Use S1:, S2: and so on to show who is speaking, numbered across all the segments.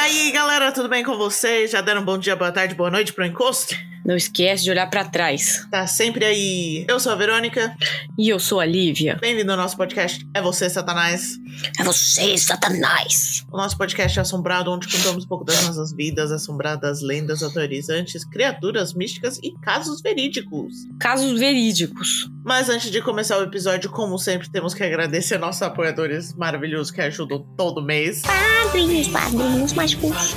S1: aí, galera, tudo bem com vocês? Já deram um bom dia, boa tarde, boa noite pro encosto?
S2: Não esquece de olhar pra trás.
S1: Tá sempre aí. Eu sou a Verônica.
S2: E eu sou a Lívia.
S1: Bem-vindo ao nosso podcast É Você, Satanás.
S2: É você, Satanás.
S1: O nosso podcast é assombrado, onde contamos um pouco das nossas vidas assombradas, lendas aterrorizantes, criaturas místicas e casos verídicos.
S2: Casos verídicos.
S1: Mas antes de começar o episódio, como sempre, temos que agradecer nossos apoiadores maravilhosos que ajudam todo mês.
S2: Padrinhos, padrinhos mais curtos.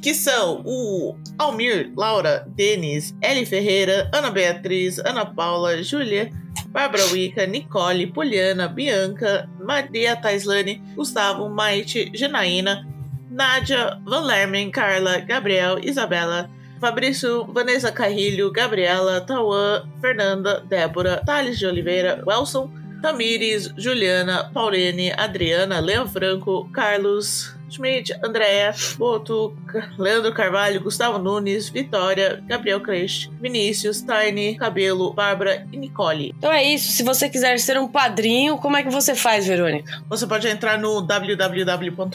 S1: que são o Almir, Laura, Denis, Eli Ferreira, Ana Beatriz, Ana Paula, Júlia, Bárbara Wicca, Nicole, Poliana, Bianca, Maria Taislane, Gustavo, Maite, Janaína, Nádia, Van Lermen, Carla, Gabriel, Isabela, Fabrício, Vanessa Carrilho, Gabriela, Tauã, Fernanda, Débora, Thales de Oliveira, Welson, Tamires, Juliana, Paulene, Adriana, Leão Franco, Carlos, Schmidt, Andréa, Boto, Ca- Leandro Carvalho, Gustavo Nunes, Vitória, Gabriel Crest, Vinícius, Tiny, Cabelo, Bárbara e Nicole.
S2: Então é isso. Se você quiser ser um padrinho, como é que você faz, Verônica?
S1: Você pode entrar no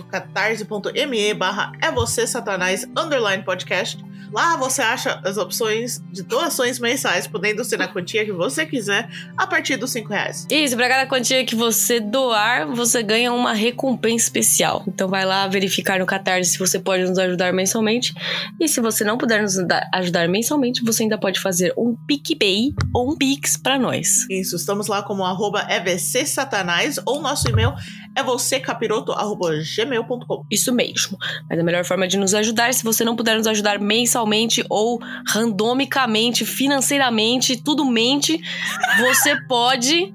S1: www.catarse.me barra é você satanás underline podcast. Lá você acha as opções de doações mensais, podendo ser na quantia que você quiser, a partir dos 5 reais.
S2: Isso, pra cada quantia que você doar, você ganha uma recompensa especial. Então vai lá verificar no Catarse se você pode nos ajudar mensalmente. E se você não puder nos da- ajudar mensalmente, você ainda pode fazer um PicPay ou um Pix pra nós.
S1: Isso, estamos lá como arroba EVC Satanás ou nosso e-mail é vocêcapiroto arroba gmail.com.
S2: Isso mesmo. Mas a melhor forma de nos ajudar, é se você não puder nos ajudar mensalmente ou randomicamente, financeiramente, tudo mente, você pode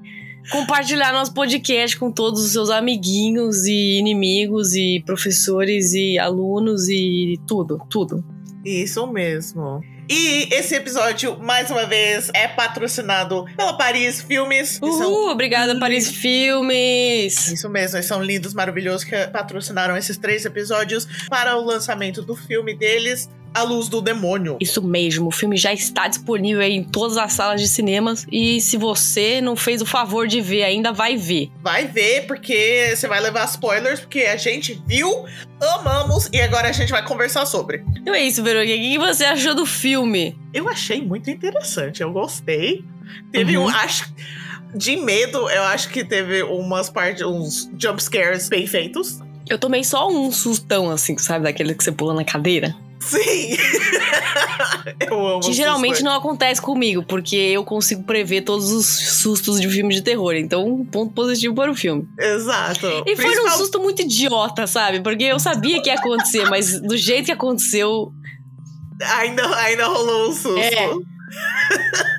S2: compartilhar nosso podcast com todos os seus amiguinhos e inimigos e professores e alunos e tudo, tudo.
S1: Isso mesmo. E esse episódio, mais uma vez, é patrocinado pela Paris Filmes. que são-
S2: Uhul, obrigada Paris Filmes.
S1: Isso mesmo, eles são lindos, maravilhosos, que patrocinaram esses três episódios para o lançamento do filme deles, A Luz do Demônio.
S2: Isso mesmo, o filme já está disponível aí em todas as salas de cinemas e se você não fez o favor de ver ainda, vai ver.
S1: Vai ver, porque você vai levar spoilers, porque a gente viu, amamos, e agora a gente vai conversar sobre.
S2: Então é isso, Verônica. O que você achou do filme?
S1: Eu achei muito interessante, eu gostei. Teve
S2: Uhum.
S1: um. Acho, de medo, eu acho que teve umas partes, uns jump scares bem feitos.
S2: Eu tomei só um sustão, assim, sabe? Daquele que você pula na cadeira.
S1: Sim! eu amo. né?
S2: Que
S1: essas
S2: geralmente
S1: coisas.
S2: não acontece comigo, porque eu consigo prever todos os sustos de filme de terror. Então, um ponto positivo para o filme.
S1: Exato.
S2: E foi um
S1: Principal-
S2: susto muito idiota, sabe? Porque eu sabia que ia acontecer, mas do jeito que aconteceu.
S1: Ainda, ainda rolou um susto.
S2: É.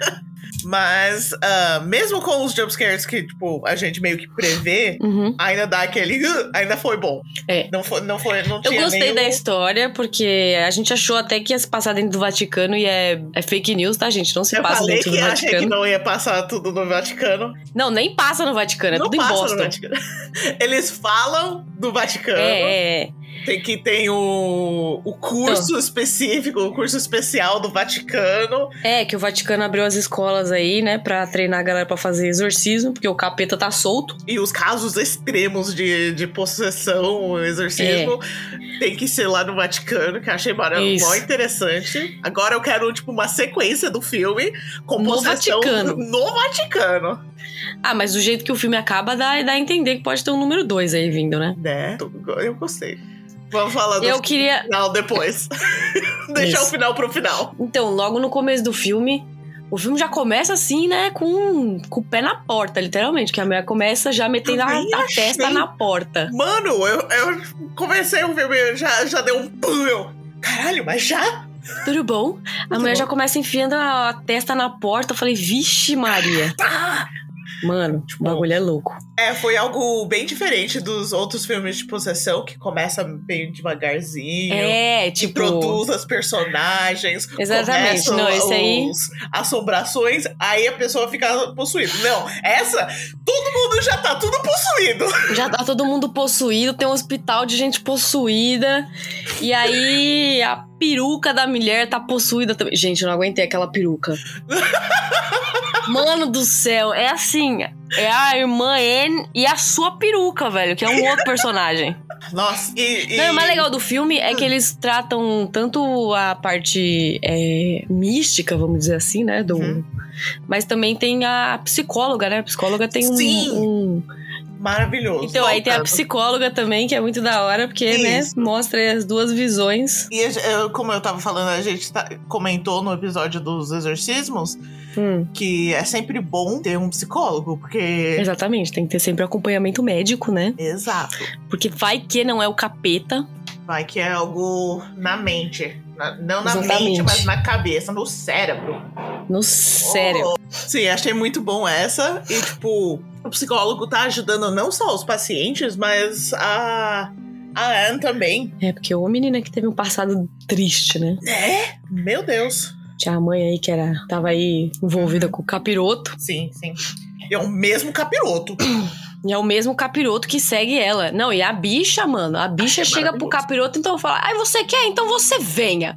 S1: Mas, ah, mesmo com os jump scares que, tipo, a gente meio que prevê,
S2: Uhum.
S1: ainda dá aquele. "Ugh", ainda foi bom.
S2: É.
S1: Não foi. Não foi não
S2: Eu
S1: tinha
S2: gostei
S1: nenhum-
S2: da história, porque a gente achou até que ia se passar dentro do Vaticano e é, é fake news, tá, gente? Não se
S1: Eu
S2: passa
S1: falei
S2: dentro
S1: que
S2: do
S1: achei que
S2: Vaticano.
S1: não ia passar tudo no Vaticano.
S2: Não, nem passa no Vaticano, é
S1: não
S2: tudo em
S1: passa no
S2: Boston.
S1: Vaticano. Eles falam do Vaticano,
S2: É, é, é.
S1: tem que tem o, o curso
S2: Então.
S1: específico, o curso especial do Vaticano.
S2: É, que o Vaticano abriu as escolas aí, né, pra treinar a galera pra fazer exorcismo, porque o capeta tá solto.
S1: E os casos extremos de, de possessão, exorcismo, tem que ser lá no Vaticano, que eu achei mara-
S2: É. Isso.
S1: mó interessante. Agora eu quero, tipo, uma sequência do filme com
S2: No
S1: possessão
S2: Vaticano.
S1: no Vaticano.
S2: Ah, mas do jeito que o filme acaba, dá, dá a entender que pode ter um número dois aí vindo, né?
S1: Né? Eu gostei. Vamos falar do
S2: Eu queria.
S1: final depois. Deixar o
S2: Isso.
S1: final pro final.
S2: Então, logo no começo do filme. O filme já começa assim, né? Com, com o pé na porta, literalmente. Que a mulher começa já metendo a,
S1: Também
S2: a
S1: achei.
S2: testa na porta.
S1: Mano, eu, eu comecei o filme, eu já, já deu um pum, eu, caralho, mas já?
S2: Tudo bom? A
S1: Muito
S2: mulher
S1: bom.
S2: já começa enfiando a, a testa na porta. Eu falei, vixe, Maria.
S1: Tá!
S2: Mano, o bagulho é louco.
S1: É, foi algo bem diferente dos outros filmes de possessão, que começa bem devagarzinho.
S2: É, tipo.
S1: Introduz as personagens.
S2: Exatamente,
S1: começam
S2: não, esse aí.
S1: os- Assombrações, aí a pessoa fica possuída. Não, essa, todo mundo já tá tudo possuído.
S2: Já tá todo mundo possuído, tem um hospital de gente possuída. E aí a peruca da mulher tá possuída também. Gente, eu não aguentei aquela peruca. Mano do céu, é assim, É a irmã Anne e a sua peruca, velho, que é um outro personagem.
S1: Nossa, e. e-
S2: Não, o mais legal do filme é que eles tratam tanto a parte é, mística, vamos dizer assim, né? Do,
S1: Uhum.
S2: Mas também tem a psicóloga, né? A psicóloga tem um.
S1: Sim.
S2: um-
S1: Maravilhoso.
S2: Então, aí tem a
S1: Voltando.
S2: psicóloga também, que é muito da hora, porque,
S1: Isso.
S2: né, mostra aí as duas visões.
S1: E a ge- eu- como eu tava falando, a gente tá- comentou no episódio dos exorcismos
S2: Hum,
S1: que é sempre bom ter um psicólogo, porque.
S2: É. Exatamente, tem que ter sempre acompanhamento médico, né?
S1: Exato.
S2: Porque vai que não é o capeta.
S1: Vai que é algo na mente. Na- não na
S2: Exatamente.
S1: mente, mas na cabeça, no cérebro.
S2: No sério.
S1: Oh. Sim, achei muito bom essa. E, tipo, o psicólogo tá ajudando não só os pacientes, mas a. A Anne também.
S2: É, porque o menina que teve um passado triste, né?
S1: É? Meu Deus.
S2: Tinha a mãe aí que era, tava aí envolvida com o capiroto.
S1: Sim, sim. É o mesmo capiroto.
S2: E é o mesmo capiroto que segue ela. Não, e a bicha, mano. A bicha
S1: Ai, que
S2: chega pro
S1: maravilhoso.
S2: capiroto então fala: Ai, você quer? Então você venha.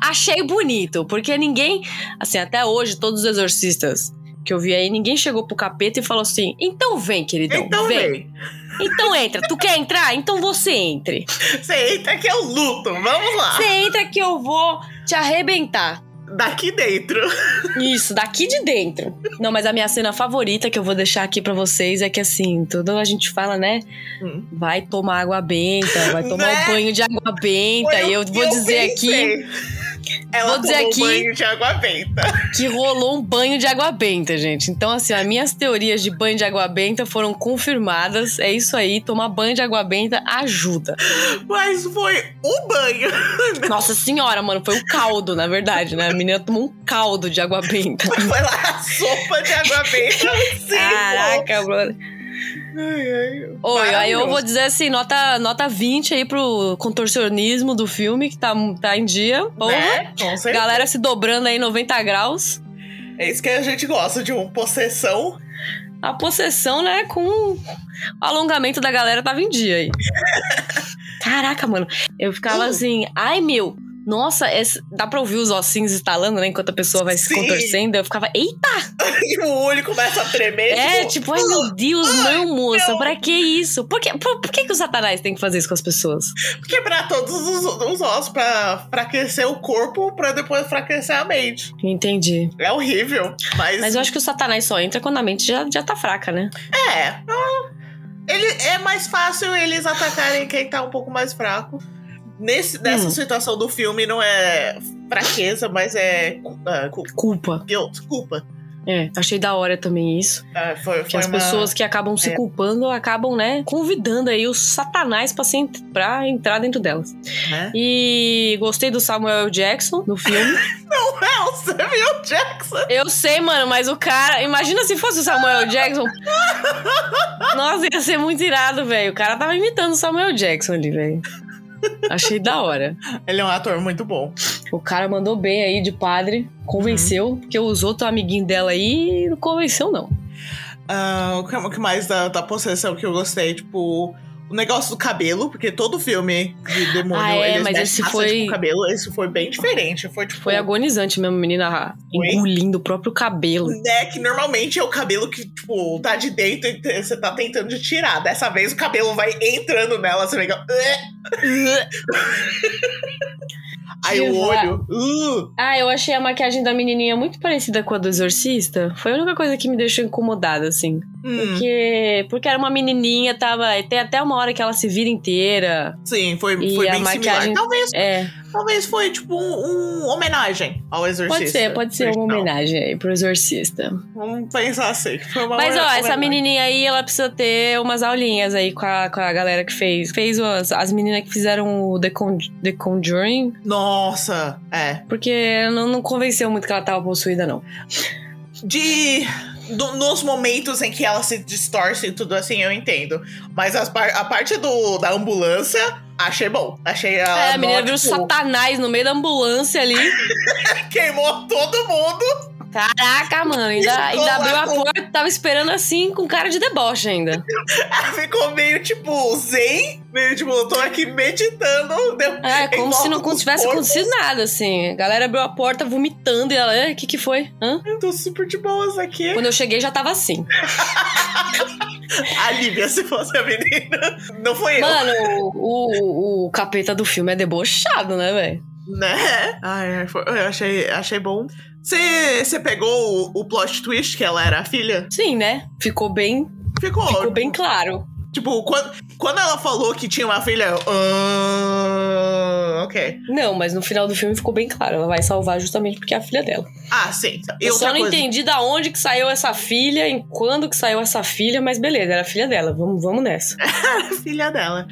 S2: Achei bonito, porque ninguém. Assim, até hoje, todos os exorcistas que eu vi aí, ninguém chegou pro capeta e falou assim: Então vem, queridão.
S1: Então,
S2: vem.
S1: vem.
S2: Então entra. Tu quer entrar? Então você entre.
S1: Você entra que eu luto, vamos lá.
S2: Você entra que eu vou te arrebentar.
S1: Daqui dentro.
S2: Isso, daqui de dentro. Não, mas a minha cena favorita que eu vou deixar aqui pra vocês é que assim, tudo a gente fala, né?
S1: Hum.
S2: Vai tomar água benta, vai tomar
S1: Né?
S2: um banho de água benta.
S1: Foi
S2: e eu
S1: o que
S2: vou dizer aqui
S1: pensei. Ela
S2: vou dizer
S1: tomou
S2: aqui-
S1: banho de água benta.
S2: que rolou um banho de água benta, gente. Então, assim, as minhas teorias de banho de água benta foram confirmadas. É isso aí, tomar banho de água benta ajuda.
S1: Mas foi o banho.
S2: Nossa senhora, mano, foi o caldo, na verdade, né? A menina tomou um caldo de água benta.
S1: Foi lá a sopa de água benta. Sim,
S2: Caraca, brother. Oi, aí eu vou dizer assim, nota, nota 20 aí pro contorcionismo do filme, que tá, tá em dia. Porra.
S1: Né? Com certeza.
S2: Galera se dobrando aí 90 graus.
S1: É isso que a gente gosta de um possessão.
S2: A possessão, né, com o alongamento da galera tava em dia aí. Caraca, mano. Eu ficava
S1: Uh.
S2: assim, ai meu, nossa, esse- dá pra ouvir os ossinhos estalando, né, enquanto a pessoa vai se
S1: Sim.
S2: contorcendo. Eu ficava, eita,
S1: E o olho começa a tremer.
S2: é,
S1: tipo,
S2: tipo, ai meu Deus, não, moça,
S1: não.
S2: pra que isso? Por que, por, por que que o satanás tem que fazer isso com as pessoas?
S1: quebrar todos os, os ossos pra enfraquecer o corpo, pra depois enfraquecer a mente.
S2: Entendi.
S1: É horrível. Mas,
S2: Mas eu acho que o Satanás só entra quando a mente já, já tá fraca, né?
S1: É. ah, Ele, é mais fácil eles atacarem quem tá um pouco mais fraco. Nesse, nessa
S2: Hum.
S1: situação do filme, não é fraqueza, mas é. cu- ah, cu-
S2: Culpa.
S1: guilt, culpa.
S2: É, achei da hora também isso.
S1: Ah, foi,
S2: Que
S1: foi
S2: as
S1: uma-
S2: pessoas que acabam se
S1: É.
S2: culpando acabam, né, convidando aí o Satanás pra, se ent- pra entrar dentro delas.
S1: Né?
S2: E gostei do Samuel L. Jackson no filme.
S1: Não é o Samuel Jackson.
S2: Eu sei, mano, mas o cara. Imagina se fosse o Samuel L. Jackson. Nossa, ia ser muito irado, velho. O cara tava imitando o Samuel L. Jackson ali, velho. Achei da hora.
S1: Ele é um ator muito bom.
S2: O cara mandou bem aí de padre, convenceu, porque os outros amiguinhos dela aí não convenceu, não.
S1: Ah, o que- o que mais da, da possessão que eu gostei? Tipo, o negócio do cabelo, porque todo filme de demônio
S2: Ah, é,
S1: eles
S2: mas
S1: mexem
S2: esse
S1: bastante
S2: foi-
S1: com o cabelo. Esse foi bem diferente. Foi tipo.
S2: Foi agonizante mesmo, a menina
S1: Foi?
S2: engolindo o próprio cabelo.
S1: né? Que normalmente é o cabelo que, tipo, tá de dentro e te- você tá tentando de tirar. Dessa vez o cabelo vai entrando nela, você fica. "Ugh". Aí o
S2: Diva.
S1: olho. "Uh".
S2: ah, eu achei a maquiagem da menininha muito parecida com a do exorcista. Foi a única coisa que me deixou incomodada, assim.
S1: Hum,
S2: Porque, porque era uma menininha, tava. Tem até uma hora que ela se vira inteira.
S1: Sim, foi,
S2: E
S1: foi
S2: a
S1: bem similar.
S2: maquiagem-
S1: Talvez,
S2: É,
S1: talvez foi, tipo, um, um homenagem ao exorcista.
S2: pode ser, pode ser uma
S1: Então,
S2: homenagem aí pro exorcista.
S1: Vamos pensar assim. que Foi uma
S2: Mas ó,
S1: homenagem.
S2: essa menininha aí, ela precisa ter umas aulinhas aí com a, com a galera que fez. Fez as, as meninas que fizeram o The, Con The Conjuring,
S1: Nossa, é.
S2: porque não, não convenceu muito que ela tava possuída, não.
S1: De. do- nos momentos em que ela se distorce e tudo assim, eu entendo. Mas as par- a parte do, da ambulância, achei bom. Achei a.
S2: é, a menina
S1: nó,
S2: viu o
S1: tipo,
S2: satanás no meio da ambulância ali.
S1: Queimou todo mundo.
S2: Caraca, mano, ainda,
S1: Ficou
S2: ainda
S1: lá
S2: abriu a
S1: com-
S2: porta, tava esperando assim, com cara de deboche ainda.
S1: Ficou meio tipo zen, meio tipo, eu tô aqui meditando. Deu... Em
S2: É, como se não
S1: volta dos
S2: tivesse
S1: corpos.
S2: acontecido nada, assim. A galera abriu a porta vomitando e ela, "Eh, que que foi? Hã?"
S1: Eu tô super de boas aqui.
S2: Quando eu cheguei já tava assim.
S1: A Lívia, se fosse a menina, não foi eu,
S2: Mano, o, o, o capeta do filme é debochado, né, velho?
S1: né? Ai, foi- eu achei, achei bom. Você pegou o, o plot twist que ela era a filha?
S2: Sim, né? Ficou bem,
S1: Ficou,
S2: ficou bem claro.
S1: Tipo, quando, quando ela falou que tinha uma filha, eu. "Ah, ok.
S2: Não, mas no final do filme ficou bem claro. Ela vai salvar justamente porque é a filha dela.
S1: Ah, sim. E
S2: Eu
S1: outra
S2: só não
S1: coisa,
S2: entendi da onde que saiu essa filha, em quando que saiu essa filha, mas beleza, era a filha dela. Vamos, vamos nessa.
S1: a filha dela.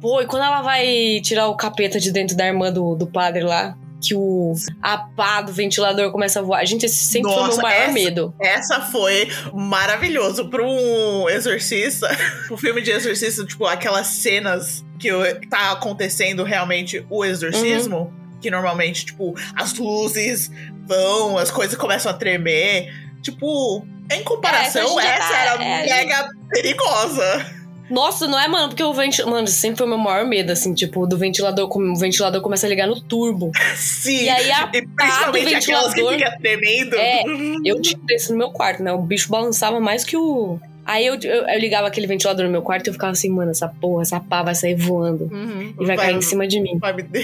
S2: Pô, e quando ela vai tirar o capeta de dentro da irmã do, do padre lá, que o a pá do ventilador começa a voar. Gente, esse sempre foi o
S1: Nossa,
S2: meu maior
S1: essa-
S2: medo.
S1: Essa foi maravilhoso para um exorcista, um filme de exorcista, tipo aquelas cenas que o- tá acontecendo realmente o exorcismo, que normalmente tipo as luzes vão, as coisas começam a tremer, tipo em comparação
S2: É, essa a gente já
S1: essa,
S2: tá-
S1: era
S2: é, a gente-
S1: mega perigosa.
S2: Nossa, não é, mano? Porque o ventilador. Mano, esse sempre foi o meu maior medo, assim, tipo, do ventilador. como O ventilador começa a ligar no turbo.
S1: Sim.
S2: E aí a
S1: E principalmente
S2: do
S1: aquelas que
S2: ventilador.
S1: fica tremendo.
S2: É, Eu tinha isso no meu quarto, né? O bicho balançava mais que o. Aí eu, eu, eu ligava aquele ventilador no meu quarto e eu ficava assim, mano, essa porra, essa pá vai sair voando
S1: Uhum.
S2: e vai, cair em cima de mim.
S1: Vai Tá me de-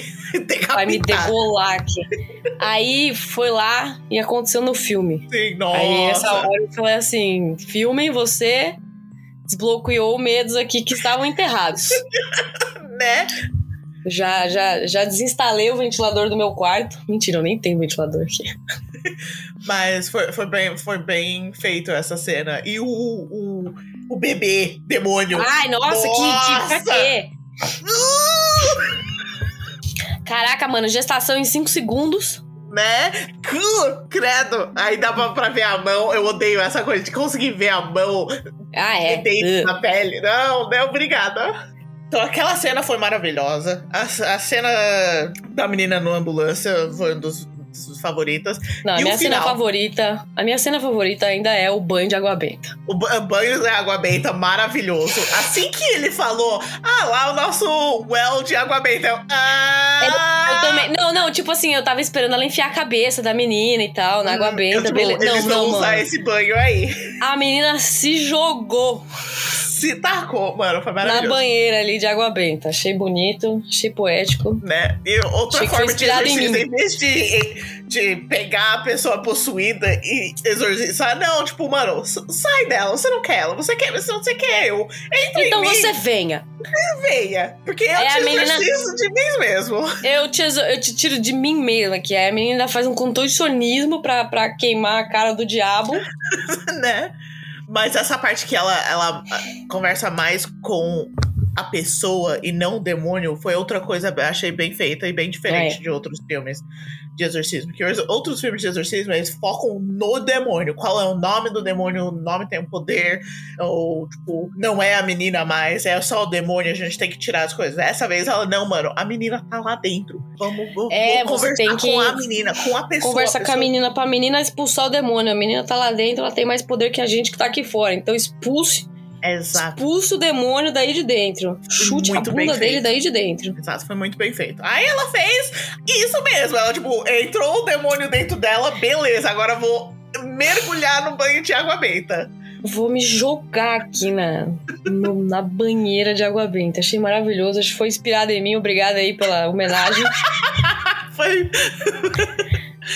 S1: decapitar. assim,
S2: Vai me degolar aqui. Aí foi lá e aconteceu no filme.
S1: Sim, nossa.
S2: Aí nessa hora eu falei assim: filmem você. Desbloqueou medos aqui que estavam enterrados.
S1: Né?
S2: Já, já, já desinstalei o ventilador do meu quarto. Mentira, eu nem tenho ventilador aqui.
S1: Mas foi, foi, bem, foi bem feito essa cena. E o, o, o bebê demônio.
S2: Ai, nossa, que, que pra
S1: Nossa!
S2: quê? Caraca, mano, gestação em 5 segundos.
S1: Né? Cu, Credo! Aí dava pra ver a mão. Eu odeio essa coisa de conseguir ver a mão
S2: Ah, é.
S1: dentro
S2: Uh.
S1: da pele. Não, né? Obrigada. Então aquela cena foi maravilhosa. A, a cena da menina no ambulância foi um dos, dos favoritas.
S2: Não, a
S1: E o
S2: minha cena
S1: final?
S2: favorita. A minha cena favorita ainda é o banho de água benta.
S1: O ba- banho de água benta maravilhoso. Assim que ele falou, ah lá o nosso well de água benta. Eu, ah,
S2: Eu também. Não, não, tipo assim, eu tava esperando ela enfiar a cabeça da menina e tal, na água
S1: Hum,
S2: benta.
S1: eu, tipo,
S2: beleza.
S1: Eles
S2: Não, não,
S1: vão
S2: mano.
S1: usar esse banho aí.
S2: A menina se jogou
S1: Se tacou, mano, foi
S2: na
S1: maravilhoso.
S2: banheira ali de água benta. Achei bonito, achei poético.
S1: Né? E outra
S2: Achei que foi
S1: forma de
S2: inspirado em
S1: exorcismo,
S2: mim.
S1: em vez de, de pegar a pessoa possuída e exorcizar, não, tipo, mano, s- sai dela, você não quer ela, você quer, você, você quer eu. Entra
S2: Então
S1: em mim,
S2: você venha.
S1: venha, porque eu
S2: É
S1: te
S2: a menina-
S1: exorcizo de mim mesmo.
S2: Eu te, exo- eu te tiro de mim mesma, que é a menina faz um contorcionismo pra, pra queimar a cara do diabo.
S1: né? Mas essa parte que ela, ela ah, conversa mais com a pessoa e não o demônio foi outra coisa que eu achei bem feita e bem diferente
S2: É.
S1: de outros filmes de exorcismo. Porque os outros filmes de exorcismo eles focam no demônio. Qual é o nome do demônio? O nome tem um poder. Ou, tipo, não é a menina mais, é só o demônio, a gente tem que tirar as coisas. Essa vez ela, não, mano, a menina tá lá dentro. Vamos, vamos
S2: É,
S1: vamos
S2: você
S1: conversar
S2: tem que
S1: com a menina, com a pessoa.
S2: Conversa com a
S1: pessoa-
S2: menina pra menina expulsar o demônio. A menina tá lá dentro, ela tem mais poder que a gente que tá aqui fora. Então expulse,
S1: Exato.
S2: expulse o demônio daí de dentro. Chute
S1: Muito
S2: a
S1: bem
S2: bunda dele
S1: feito.
S2: daí de dentro.
S1: Exato, foi muito bem feito. Aí ela fez isso mesmo. Ela, tipo, entrou o demônio dentro dela, beleza, agora eu vou mergulhar no banho de água benta.
S2: Vou me jogar aqui na, no- na banheira de água benta. Achei maravilhoso, acho que foi inspirado em mim. Obrigada aí pela homenagem.
S1: Foi.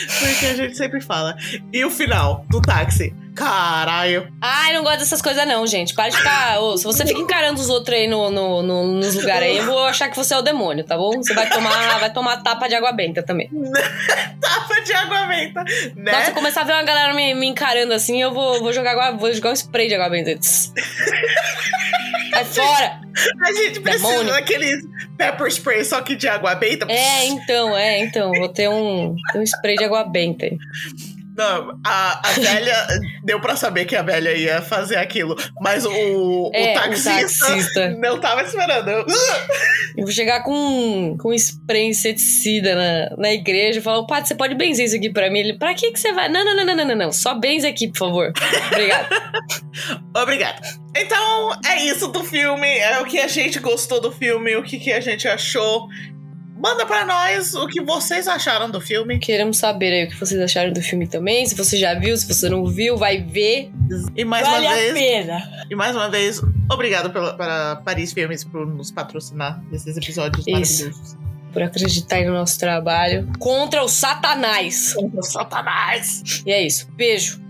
S1: foi o que a gente sempre fala. E o final do táxi. Caralho.
S2: Ai, não gosto dessas coisas, não, gente. Para de ficar. ô, se você fica encarando os outros aí no, no- no- nos lugares aí, eu vou achar que você é o demônio, tá bom? Você vai tomar, vai tomar tapa de água benta também.
S1: Tapa de água benta, né?
S2: Nossa, eu começar a ver uma galera me, me encarando assim, eu vou, vou jogar água- vou jogar um spray de água benta. Tss. Sai fora!
S1: a gente precisa
S2: demônio.
S1: daqueles pepper spray, só que de água benta.
S2: É, então, é, então. Vou ter um, ter um spray de água benta. aí.
S1: Não, a, a velha. deu pra saber que a velha ia fazer aquilo. Mas o,
S2: É,
S1: o,
S2: o
S1: taxista
S2: taxista.
S1: não tava esperando. Eu, "Ah!"
S2: Eu vou chegar com, com um spray inseticida na, na igreja e falar, "Ô, Pato, você pode benzer isso aqui pra mim? Ele, pra que que você vai? Não, não, não, não, não, não, não. Só benze aqui, por favor. Obrigado.
S1: Obrigada. Então, é isso do filme. É o que a gente gostou do filme, o que, que a gente achou. Manda pra nós o que vocês acharam do filme.
S2: Queremos saber aí o que vocês acharam do filme também. Se você já viu, se você não viu, vai ver.
S1: E mais
S2: vale
S1: uma
S2: a
S1: vez.
S2: pena.
S1: E mais uma vez, obrigado pela, para Paris Filmes por nos patrocinar nesses episódios
S2: Isso.
S1: maravilhosos.
S2: Por acreditar aí no nosso trabalho. Contra o Satanás.
S1: Satanás!
S2: E é isso. Beijo.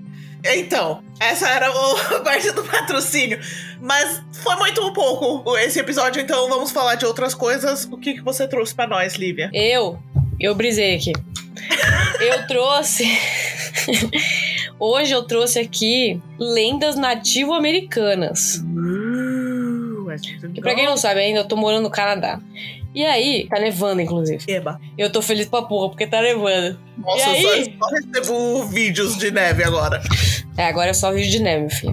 S1: Então, essa era o- a parte do patrocínio. Mas foi muito um pouco esse episódio, então vamos falar de outras coisas. O que, que você trouxe pra nós, Lívia?
S2: Eu, eu brisei aqui. Eu trouxe. Hoje eu trouxe aqui lendas nativo-americanas. E pra quem não sabe ainda, eu tô morando no Canadá. E aí, tá nevando, inclusive.
S1: Eba.
S2: Eu tô feliz pra porra, porque tá nevando.
S1: Nossa,
S2: E
S1: eu só,
S2: aí?
S1: só recebo vídeos de neve agora.
S2: É, agora é só vídeo de neve, meu filho.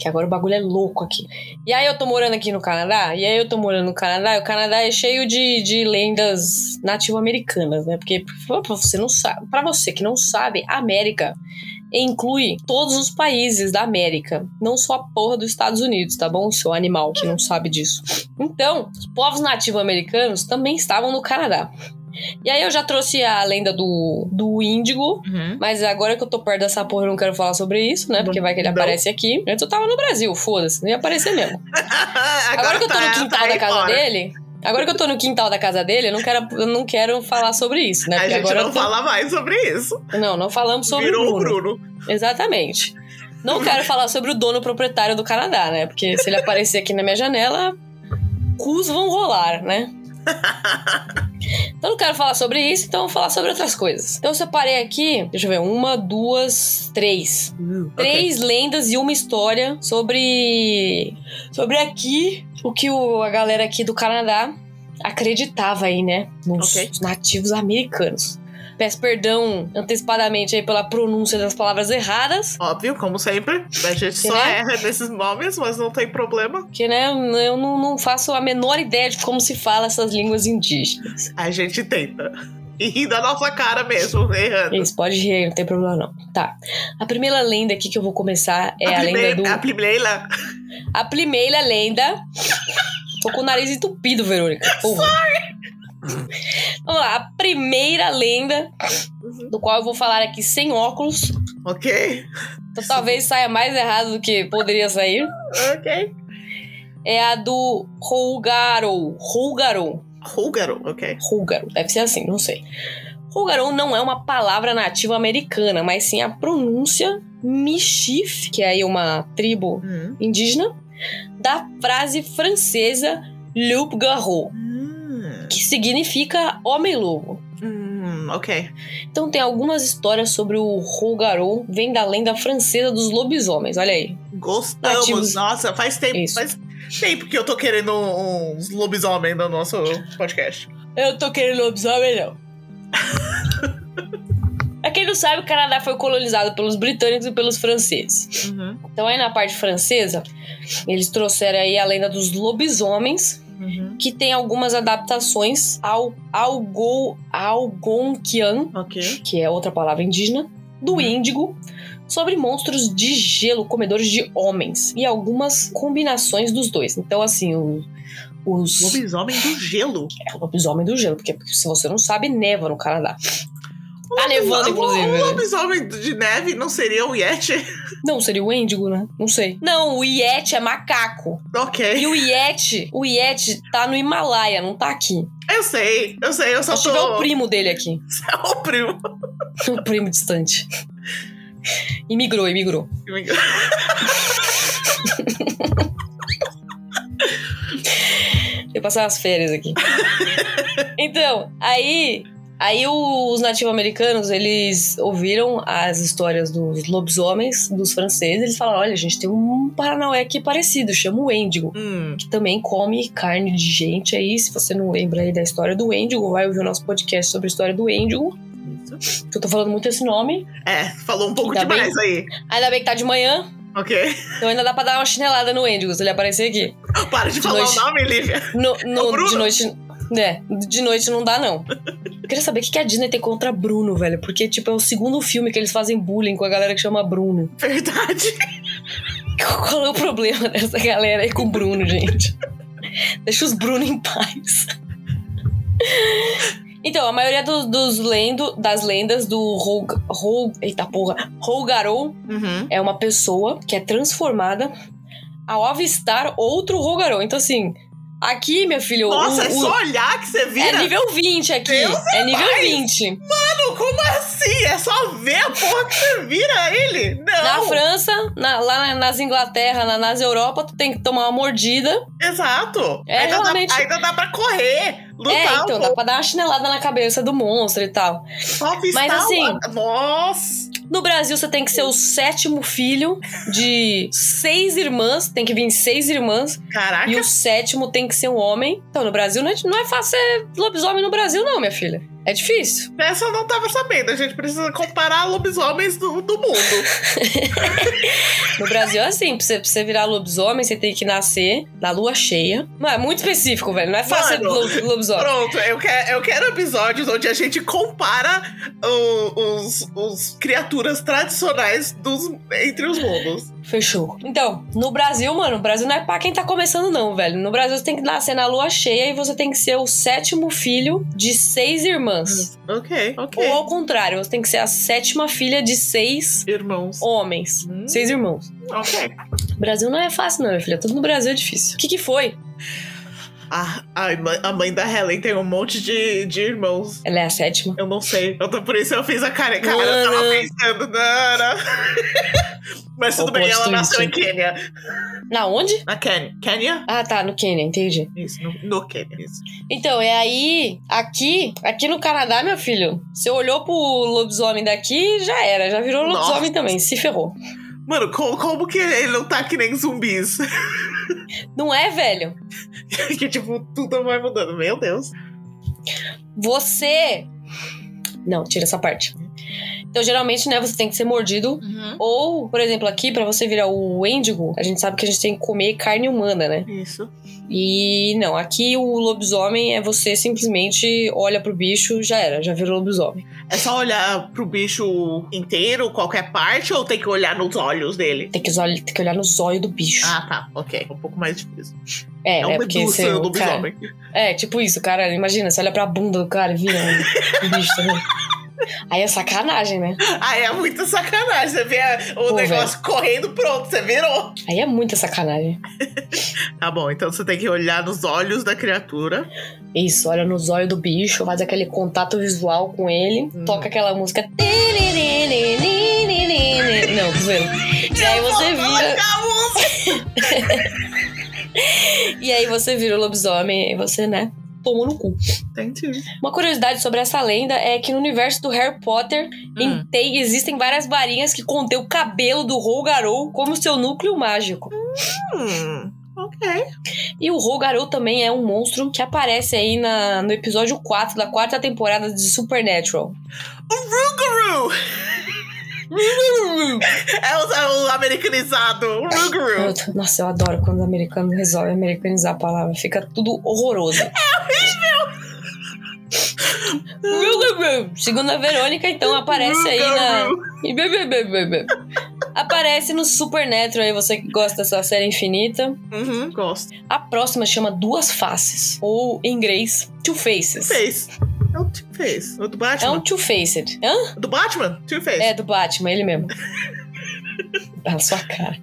S2: que agora o bagulho é louco aqui. E aí eu tô morando aqui no Canadá, e aí eu tô morando no Canadá, e o Canadá é cheio de, de lendas nativo-americanas, né? Porque pra você não sabe, para você que não sabe, a América inclui todos os países da América, não só a porra dos Estados Unidos, tá bom? Seu animal que não sabe disso. Então, os povos nativo-americanos também estavam no Canadá. E aí eu já trouxe a lenda do, do índigo, mas agora que eu tô perto dessa porra, eu não quero falar sobre isso, né? Porque vai que ele
S1: Não.
S2: aparece aqui. Antes eu tava no Brasil, foda-se, não ia aparecer mesmo. Agora, que eu tô
S1: tá-
S2: no quintal
S1: tá aí
S2: da casa
S1: fora.
S2: dele. Agora que eu tô no quintal da casa dele, eu não quero, eu não quero falar sobre isso, né?
S1: A
S2: Porque
S1: gente
S2: agora
S1: não
S2: eu tô...
S1: fala mais sobre isso.
S2: Não, não falamos sobre
S1: Virou
S2: o Bruno.
S1: o Bruno.
S2: Exatamente. Não quero falar sobre o dono proprietário do Canadá, né? Porque se ele aparecer aqui na minha janela, cus vão rolar, né? Então não quero falar sobre isso, então vou falar sobre outras coisas. Então eu separei aqui, deixa eu ver, uma, duas, três.
S1: Ok.
S2: Três lendas e uma história sobre. Sobre aqui, o que o- a galera aqui do Canadá acreditava aí, né? Nos
S1: Ok.
S2: nativos americanos. Peço perdão antecipadamente aí pela pronúncia das palavras erradas,
S1: Óbvio, como sempre. A gente só
S2: Né?
S1: erra nesses nomes, mas não tem problema.
S2: porque, né, eu não, não faço a menor ideia de como se fala essas línguas indígenas.
S1: A gente tenta. E ri da nossa cara mesmo, errando.
S2: Isso, pode rir, aí, não tem problema não. Tá. A primeira lenda aqui que eu vou começar é a, lenda
S1: primeira-
S2: do.
S1: a primeira.
S2: A primeira lenda. Tô com o nariz entupido, Verônica. Porra. Vamos lá, a primeira lenda do qual eu vou falar aqui sem óculos.
S1: Ok.
S2: Então talvez saia mais errado do que poderia sair.
S1: Ok.
S2: É a do Rougarou. Rougarou.
S1: Húgaro, ok.
S2: Húgaro, deve ser assim, não sei. Húgaro não é uma palavra nativa americana, mas sim a pronúncia Michif, que é aí uma tribo
S1: Hum.
S2: indígena, da frase francesa loup garou,
S1: Hum.
S2: que significa homem-lobo.
S1: Hum, ok.
S2: Então tem algumas histórias sobre o Rougarou, vem da lenda francesa dos lobisomens, olha aí.
S1: Gostamos.
S2: Nativos.
S1: Nossa, faz tempo.
S2: Isso.
S1: Faz tempo que eu tô querendo um, uns lobisomem no nosso podcast.
S2: Eu tô querendo lobisomem, não. pra quem não sabe, o Canadá foi colonizado pelos britânicos e pelos franceses.
S1: Uhum.
S2: Então aí na parte francesa, eles trouxeram aí a lenda dos lobisomens,
S1: Uhum.
S2: que tem algumas adaptações ao Algo, Algonquian,
S1: Ok.
S2: que é outra palavra indígena, do
S1: Uhum.
S2: índigo, sobre monstros de gelo, comedores de homens, e algumas combinações dos dois. Então assim, o- os...
S1: Lobisomem do gelo.
S2: É, lobisomem do gelo, porque se você não sabe, neva no Canadá. Tá
S1: Lobisomem-
S2: nevando, inclusive.
S1: Um
S2: né?
S1: lobisomem de neve não seria um Yeti?
S2: Não, seria o índigo, né? Não sei. Não, o Yeti é macaco.
S1: Ok.
S2: E o Yeti, o Yeti tá no Himalaia, não tá aqui.
S1: Eu sei, eu sei, eu só
S2: Só tiver
S1: tô. é
S2: o primo dele aqui.
S1: o primo.
S2: O primo distante. Imigrou, imigrou. Eu passar as férias aqui. Então, aí. Aí os nativo-americanos, eles ouviram as histórias dos lobisomens, dos franceses, eles falaram, olha, gente, tem um Paranauê aqui parecido, chama o Índigo.
S1: Hum,
S2: que também come carne de gente aí. Se você não lembra aí da história do Índigo, vai ouvir o nosso podcast sobre a história do Índigo.
S1: Certo.
S2: Eu tô falando muito esse nome.
S1: É, falou um pouco
S2: Ainda
S1: demais aí.
S2: Ainda bem que tá de manhã,
S1: Ok.
S2: então ainda dá pra dar uma chinelada no Andy, se ele aparecer aqui.
S1: Para de,
S2: De
S1: falar
S2: noite.
S1: o nome, Lívia.
S2: No, no-
S1: É O Bruno.
S2: de noite. É, de noite não dá, não. Eu queria saber o que que a Disney tem contra Bruno, velho. Porque, tipo, é o segundo filme que eles fazem bullying com a galera que chama Bruno.
S1: Verdade.
S2: Qual é o problema dessa galera aí com o Bruno, gente? Deixa os Bruno em paz. Então, a maioria do- dos lendo, das lendas do Rol- Rol- eita porra, Holgarou
S1: Uhum.
S2: é uma pessoa que é transformada ao avistar outro Holgarou. Então, assim, aqui, minha filha, o-
S1: Nossa,
S2: o,
S1: é só olhar que você
S2: é
S1: vira.
S2: nível 20 aqui.
S1: Deus
S2: é nível
S1: mais.
S2: 20.
S1: Mano, como assim? É só ver a porra que você vira ele? Não.
S2: Na França, na- lá na- nas Inglaterra, na- nas Europa, tu tem que tomar uma mordida.
S1: Exato.
S2: É,
S1: ainda,
S2: realmente.
S1: dá, ainda dá pra correr, lutar,
S2: é, então,
S1: um
S2: dá
S1: pouco,
S2: pra dar uma chinelada na cabeça do monstro e tal.
S1: só avistar
S2: Mas, assim,
S1: o- Nossa.
S2: No Brasil, você tem que ser o sétimo filho de seis irmãs. Tem que vir seis irmãs.
S1: Caraca.
S2: E o sétimo tem que ser um homem. Então, no Brasil, não é, não é fácil ser lobisomem no Brasil, não, minha filha. É difícil.
S1: Essa eu não tava sabendo. A gente precisa comparar lobisomens do, do mundo.
S2: No Brasil é assim, pra você, pra você virar lobisomem, você tem que nascer na lua cheia. Mas é muito específico, velho. Não é fácil
S1: Mano,
S2: ser lo- lobisomem.
S1: Pronto, eu quero, eu quero episódios onde a gente compara o- os, os criaturas tradicionais dos, entre os mundos.
S2: Fechou. Então, no Brasil, mano, o Brasil não é pra quem tá começando, não, velho. No Brasil, você tem que nascer na lua cheia e você tem que ser o sétimo filho de seis
S1: Hum.
S2: irmãs.
S1: Ok, ok.
S2: Ou ao contrário, você tem que ser a sétima filha de seis
S1: Irmãos.
S2: homens.
S1: Hum.
S2: Seis irmãos.
S1: Ok.
S2: O Brasil não é fácil, não, minha filha. Tudo no Brasil é difícil. O que, que foi?
S1: A, a, irmã- a mãe da Helen tem um monte de, de irmãos.
S2: Ela é a sétima.
S1: Eu não sei. Eu tô- por isso eu fiz a cara. Cara, eu tava
S2: Mano.
S1: pensando. Não, não. Mas tudo
S2: O
S1: bem, ela
S2: posto
S1: nasceu em
S2: isso.
S1: Quênia.
S2: Na onde?
S1: Na Quênia. Quênia?
S2: Ah, tá, no Quênia, entendi.
S1: Isso, no, no Quênia. Isso.
S2: Então, é aí, aqui, aqui no Canadá, meu filho, você olhou pro lobisomem daqui, já era, já virou lobisomem
S1: Nossa.
S2: também, se ferrou.
S1: Mano, co- como que ele não tá que nem zumbis?
S2: Não é, velho?
S1: que tipo, tudo vai mudando. Meu Deus.
S2: Você. Não, tira essa parte. Então, geralmente, né, você tem que ser mordido. Ou, por exemplo, aqui, pra você virar o índigo, a gente sabe que a gente tem que comer carne humana, né?
S1: Isso.
S2: E não, aqui o lobisomem é você simplesmente olha pro bicho, já era, já virou lobisomem.
S1: É só olhar pro bicho inteiro, qualquer parte, ou tem que olhar nos olhos dele?
S2: Tem que, olhar- tem que olhar nos olhos do bicho.
S1: Ah, tá. Ok. Um pouco mais difícil.
S2: é,
S1: É,
S2: né?
S1: uma
S2: Porque você.
S1: medusa do
S2: cara-
S1: lobisomem.
S2: É, tipo isso, cara. Imagina, você olha pra bunda do cara e vira um, um bicho também. Aí é sacanagem, né?
S1: Aí é muita sacanagem. Você vê a- o
S2: Pô,
S1: negócio correndo, pronto, você virou.
S2: Aí é muita sacanagem.
S1: Tá bom, então você tem que olhar nos olhos da criatura.
S2: Isso, olha nos olhos do bicho, faz aquele contato visual com ele,
S1: Hum.
S2: toca aquela música. Não, tô zoando. E aí você vira. E aí você vira o lobisomem e você, né? Tomou no cu.
S1: Entendi.
S2: Uma curiosidade sobre essa lenda é que no universo do Harry Potter em- tem- existem várias varinhas que contêm o cabelo do Rougarou como seu núcleo mágico.
S1: Hum, ok.
S2: E o Rougarou também é um monstro que aparece aí na- no episódio 4 da quarta temporada de Supernatural.
S1: Guru! É o, é o americanizado. o Guru.
S2: Eu tô- Nossa, eu adoro quando os americanos resolvem americanizar a palavra. Fica tudo horroroso. É horrível! Segundo a Verônica, então, aparece aí na...
S1: Guru.
S2: Aparece no Supernatural aí, você que gosta dessa série infinita.
S1: Uhum, gosto.
S2: A próxima chama Duas Faces, ou em inglês, Two Faces.
S1: Fez. É o Two-Face. O do
S2: É um
S1: Batman.
S2: Two-Faced. Hã?
S1: Do Batman? Two-Face.
S2: É, do Batman, ele mesmo. Tá na sua cara.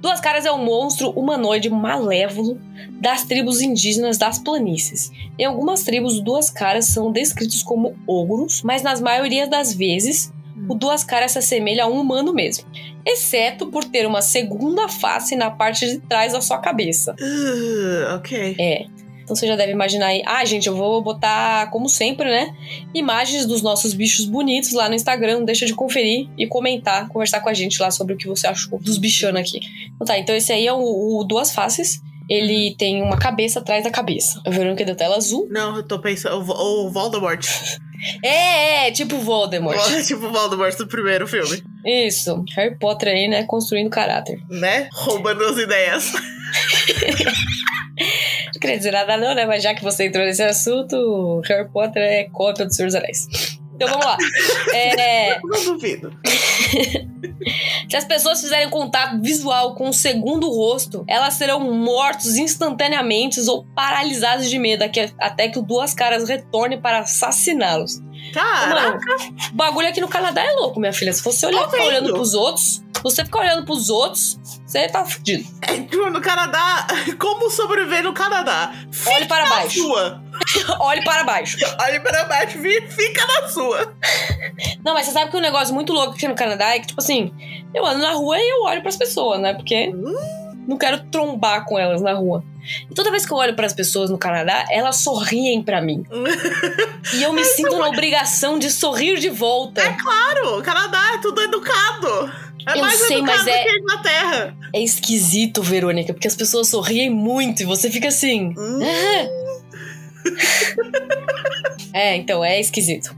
S2: Duas Caras é um monstro humanoide malévolo das tribos indígenas das planícies. Em algumas tribos, Duas Caras são descritos como ogros, mas nas maioria das vezes, o Duas Caras se assemelha a um humano mesmo, exceto por ter uma segunda face na parte de trás da sua cabeça.
S1: Uh, ok.
S2: É. Então você já deve imaginar aí. Ah, gente, eu vou botar, como sempre, né? Imagens dos nossos bichos bonitos lá no Instagram. Não deixa de conferir e comentar, conversar com a gente lá sobre o que você achou dos bichanos aqui. Então tá, então esse aí é o, o Duas Faces. Ele tem uma cabeça atrás da cabeça. A Verônica deu tela azul.
S1: Não, eu tô pensando. O, Vo- o Voldemort.
S2: É, é, tipo Voldemort.
S1: Tipo o Voldemort do primeiro filme,
S2: Isso. Harry Potter aí, né? Construindo caráter.
S1: né? Roubando as ideias.
S2: Não queria dizer nada, não, né? Mas já que você entrou nesse assunto, Harry Potter é cópia do Senhor dos Anéis. Então vamos lá. É,
S1: Não duvido.
S2: se as pessoas fizerem contato visual com o segundo rosto, elas serão mortos instantaneamente ou paralisadas de medo aque- até que o Duas Caras retorne para assassiná-los.
S1: Cara,
S2: Mano, o bagulho aqui no Canadá é louco, minha filha. Se você olhar,
S1: Tô
S2: ficar
S1: vendo.
S2: olhando pros outros, você ficar olhando pros outros, você tá fudido.
S1: é, tipo, no Canadá, como sobreviver no Canadá? Fica
S2: Olhe para
S1: na
S2: baixo.
S1: sua.
S2: Olhe para baixo.
S1: Olhe para baixo e fica na sua.
S2: Não, mas você sabe que um negócio muito louco aqui no Canadá é que, tipo assim, eu ando na rua e eu olho pras pessoas, né? Porque não quero trombar com elas na rua. E toda vez que eu olho pras pessoas no Canadá, elas sorriem pra mim. e eu me sinto na obrigação de sorrir de volta.
S1: Claro, o Canadá é tudo educado. É
S2: Eu
S1: mais
S2: sei,
S1: educado
S2: mas é-
S1: que a Inglaterra.
S2: É esquisito, Verônica, porque as pessoas sorriem muito e você fica assim.
S1: Hum.
S2: "Ah". é, então, é esquisito.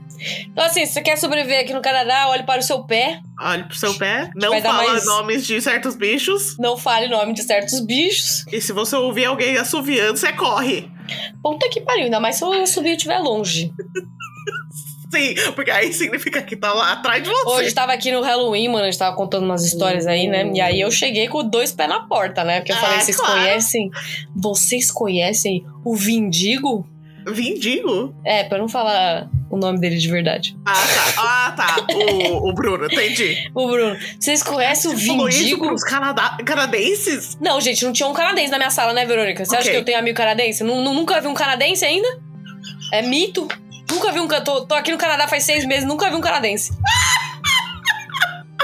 S2: Então, assim, se você quer sobreviver aqui no Canadá, olhe para o seu pé,
S1: Olhe pro seu pé. Não
S2: Vai dar
S1: fala
S2: mais-
S1: nomes de certos bichos.
S2: não fale o nome de certos bichos.
S1: E se você ouvir alguém assoviando, você corre.
S2: Puta que pariu, ainda mais se eu subir e estiver longe.
S1: Sim, porque aí significa que tá lá atrás de você.
S2: Hoje eu tava aqui no Halloween, mano, a gente tava contando umas histórias aí, né? E aí eu cheguei com dois pés na porta, né? Porque eu
S1: Ah,
S2: falei, vocês
S1: claro.
S2: conhecem? Vocês conhecem o Vindigo?
S1: Vindigo?
S2: É, pra eu não falar o nome dele de verdade.
S1: Ah, tá. Ah, tá. O, o Bruno, entendi.
S2: O Bruno, vocês conhecem o
S1: Falou isso
S2: Vindigo?
S1: pros canada- canadenses?
S2: Não, gente, não tinha um canadense na minha sala, né, Verônica? Você acha
S1: Ok.
S2: que eu tenho amigo canadense? Nu- nu- nunca vi um canadense ainda? É mito. Nunca vi um cantor. Tô, tô aqui no Canadá faz seis meses, nunca vi um canadense.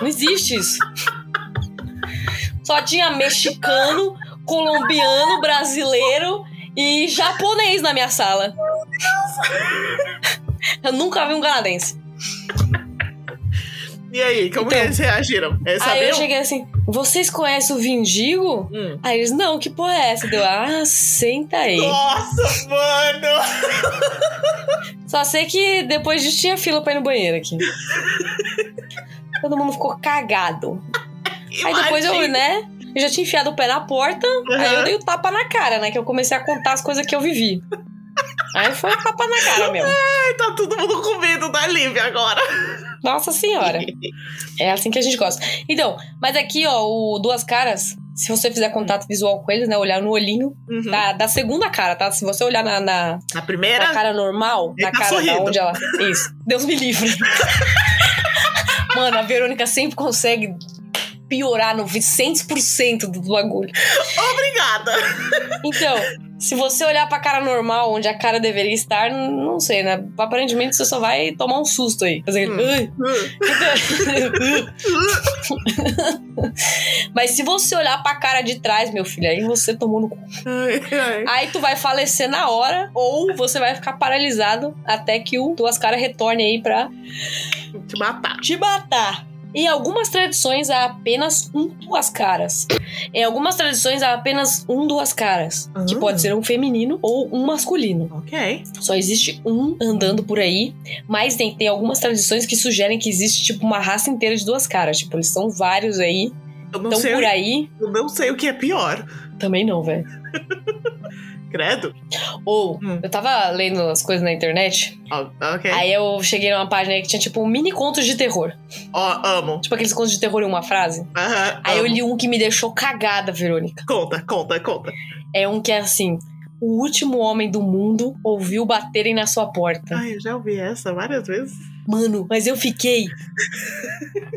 S2: Não existe isso. Só tinha mexicano, colombiano, brasileiro e japonês na minha sala. Eu nunca vi um canadense.
S1: E aí, como
S2: Então.
S1: que eles reagiram? Eles
S2: Aí eu
S1: sabiam?
S2: cheguei assim: vocês conhecem o Vindigo?
S1: Hum.
S2: Aí eles, não, que porra é essa? Deu, ah, senta aí.
S1: Nossa, mano!
S2: Só sei que depois disso tinha fila pra ir no banheiro aqui. Todo mundo ficou cagado. Aí depois eu,
S1: Imagina.
S2: né? Eu já tinha enfiado o pé na porta, aí eu dei o tapa na cara, né? Que eu comecei a contar as coisas que eu vivi. Aí foi o tapa na cara mesmo.
S1: Ai, tá todo mundo com medo da Lívia agora.
S2: Nossa senhora. É assim que a gente gosta. Então, mas aqui, ó, o Duas Caras, se você fizer contato visual com eles, né? Olhar no olhinho
S1: Uhum.
S2: da, da segunda cara, tá? Se você olhar na- na,
S1: A
S2: Na
S1: primeira?
S2: cara normal,
S1: Ele
S2: na
S1: tá
S2: cara
S1: sorrindo.
S2: da onde ela. Isso. Deus me livre. Mano, a Verônica sempre consegue piorar 900% do bagulho.
S1: Obrigada.
S2: Então, se você olhar pra cara normal, onde a cara deveria estar, n- não sei, né? Aparentemente você só vai tomar um susto aí. Fazer
S1: Hum.
S2: aquele, "Ai". Mas se você olhar pra cara de trás, meu filho, aí você tomou no cu.
S1: Ai, ai.
S2: Aí tu vai falecer na hora, ou você vai ficar paralisado até que o Duas Caras retorne aí pra
S1: Te matar.
S2: te matar. Em algumas tradições há apenas um duas caras. Em algumas tradições há apenas um duas caras, que
S1: Ah.
S2: pode ser um feminino ou um masculino.
S1: Ok.
S2: Só existe um andando por aí, mas tem, tem algumas tradições que sugerem que existe tipo uma raça inteira de duas caras, tipo eles são vários aí,
S1: Eu não,
S2: estão
S1: sei,
S2: por aí.
S1: eu não sei o que é pior.
S2: Também não, velho.
S1: Credo.
S2: Ou
S1: Hum. É.
S2: eu tava lendo as coisas na internet,
S1: Ó, ok.
S2: aí eu cheguei numa página aí que tinha tipo um mini contos de terror,
S1: Ó, amo.
S2: tipo aqueles contos de terror em uma frase.
S1: Aham,
S2: Aí eu
S1: amo.
S2: li um que me deixou cagada, Verônica.
S1: Conta, conta, conta.
S2: é um que é assim: o último homem do mundo ouviu baterem na sua porta.
S1: Ai, eu já ouvi essa várias vezes.
S2: Mano, mas eu fiquei.